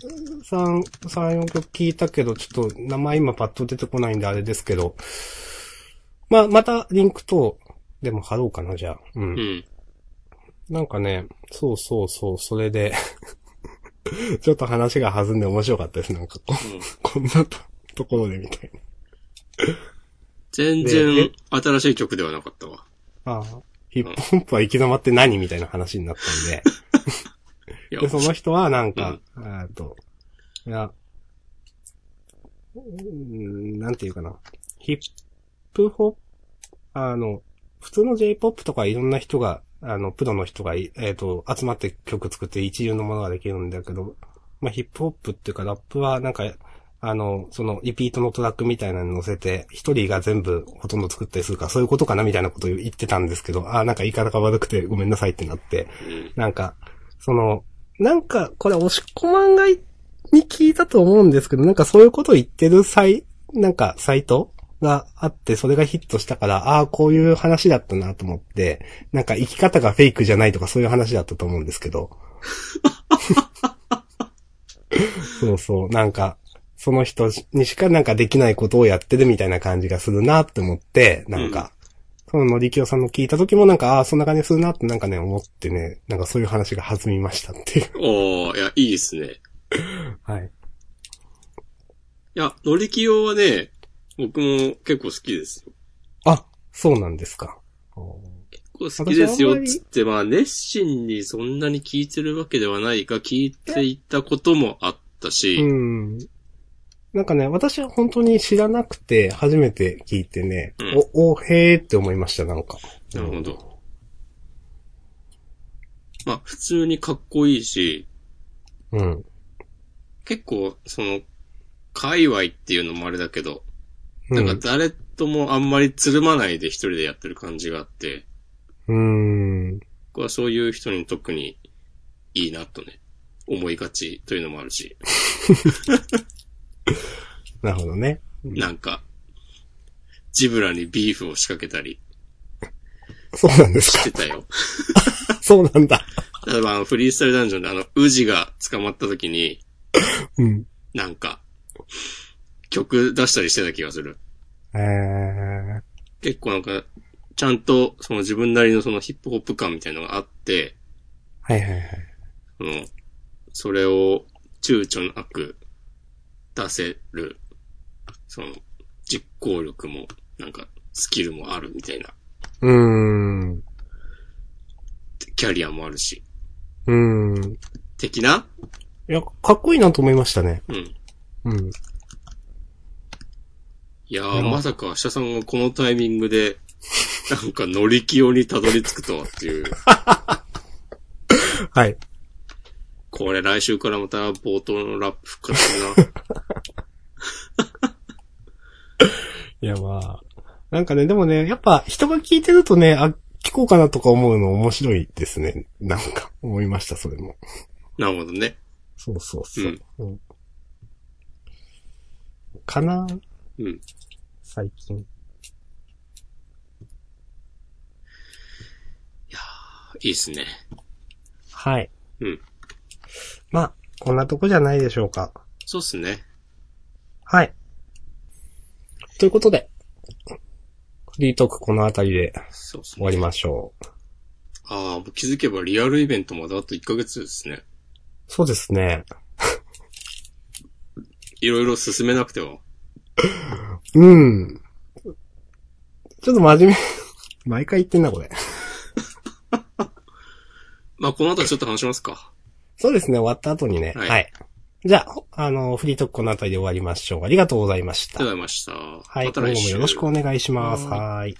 S1: 三、三、四曲聞いたけど、ちょっと名前今パッと出てこないんであれですけど。まあ、またリンクと、でも貼ろうかな、じゃあ。う。
S2: うんん。
S1: なんかね、そうそうそう、それで、 ちょっと話が弾んで面白かったです。なんかこ、
S2: う
S1: こ
S2: ん
S1: んなとところでみたい
S2: 全
S1: で
S2: 然新しい曲ではなかったわ。
S1: な。ああ。ヒップホップは行き止まって何みたいな話になったんで。
S2: いや
S1: で、、その人はなんか、えーっと、いや、うーんなんていうかな。ヒップホップ、あの、普通の J-POP とかいろんな人が、あの、プロの人がい、えーっ、と、集まって曲作って一流のものができるんだけど、まあ、ヒップホップっていうかラップはなんか、あの、その、リピートのトラックみたいなのに乗せて、一人が全部ほとんど作ったりするから、そういうことかなみたいなことを言ってたんですけど、ああ、なんか言い方が悪くてごめんなさいってなって、
S2: うん。
S1: なんか、その、なんか、これ、押し込まんがいに聞いたと思うんですけど、なんかそういうことを言ってるサイ、なんか、サイトがあって、それがヒットしたから、ああ、こういう話だったなと思って、なんか生き方がフェイクじゃないとかそういう話だったと思うんですけど。そうそう、なんか、その人にしかなんかできないことをやってるみたいな感じがするなって思って、なんか、そののりきよさんの聞いた時もなんか、ああ、そんな感じするなってなんかね、思ってね、なんかそういう話が弾みましたっていう。
S2: おー、いや、いいですね。
S1: はい。
S2: いや、乗り気用はね、僕も結構好きですよ。
S1: あ、そうなんですか。
S2: 結構好きですよ
S1: 私あんま、り
S2: つって、まあ、熱心にそんなに聴いてるわけではないが、聴いていたこともあったし、
S1: うん。なんかね、私は本当に知らなくて、初めて聞いてね、お、お、へーって思いました、なんか。
S2: なるほど。まあ、普通にかっこいいし、
S1: うん。
S2: 結構、その、界隈っていうのもあれだけど、
S1: う
S2: なんか誰ともあんまりつるまないで一人でやってる感じがあって、
S1: ん。うん。
S2: 僕はそういう人に特にいいなとね、思いがちというのもあるし、
S1: なるほどね。
S2: なんか、ジブラにビーフを仕掛けたり
S1: そうなんです
S2: し
S1: か。
S2: てたよ。
S1: そうなんだ。
S2: 例えばあのフリースタイルダンジョンであの、ウジが捕まった時に、
S1: うん。
S2: なんか、曲出したりしてた気がする。
S1: えー。
S2: 結構なんか、ちゃんとその自分なりのそのヒップホップ感みたいなのがあって、
S1: はいはいはい。
S2: その、それを躊躇なく出せる、その、実行力も、なんか、スキルもあるみたいな、
S1: うーん。
S2: キャリアもあるし、
S1: うーん。
S2: 的な、
S1: いや、かっこいいなと思いましたね。
S2: うん。
S1: うん。
S2: いや
S1: う
S2: ー、
S1: ん
S2: まさか、明日さんがこのタイミングで、なんか、乗り気用にたどり着くとはっていう。
S1: はい。
S2: これ来週からまた冒頭のラップ復活するな。
S1: いや、まあ。なんかね、でもね、やっぱ人が聞いてるとね、あ、聞こうかなとか思うの面白いですね。なんか、思いました、それも。
S2: なるほどね。
S1: そうそうそう。うんかな
S2: うん。
S1: 最近。
S2: いいっすね。
S1: はい。
S2: うん。
S1: まあ、こんなとこじゃないでしょうか。
S2: そうっすね。
S1: はい。ということで、フリートークこのあたりで
S2: そうっす
S1: 終
S2: ね。
S1: わりましょう。
S2: ああ、もう気づけばリアルイベントまであと1ヶ月ですね。
S1: そうですね。
S2: いろいろ進めなくては。
S1: うん。ちょっと真面目。 毎回言ってんな、これ。
S2: まあ、この後ちょっと話しますか。
S1: そうですね、終わった後にね。は。
S2: はいい
S1: じゃあ、ほあの、フリートークこのあたりで終わりましょう。ありがとうございまし
S2: あ
S1: た。
S2: りがとうございました。
S1: はい、
S2: また
S1: 今後
S2: 来
S1: も
S2: 週。
S1: よろしくお願いします。
S2: は
S1: はい。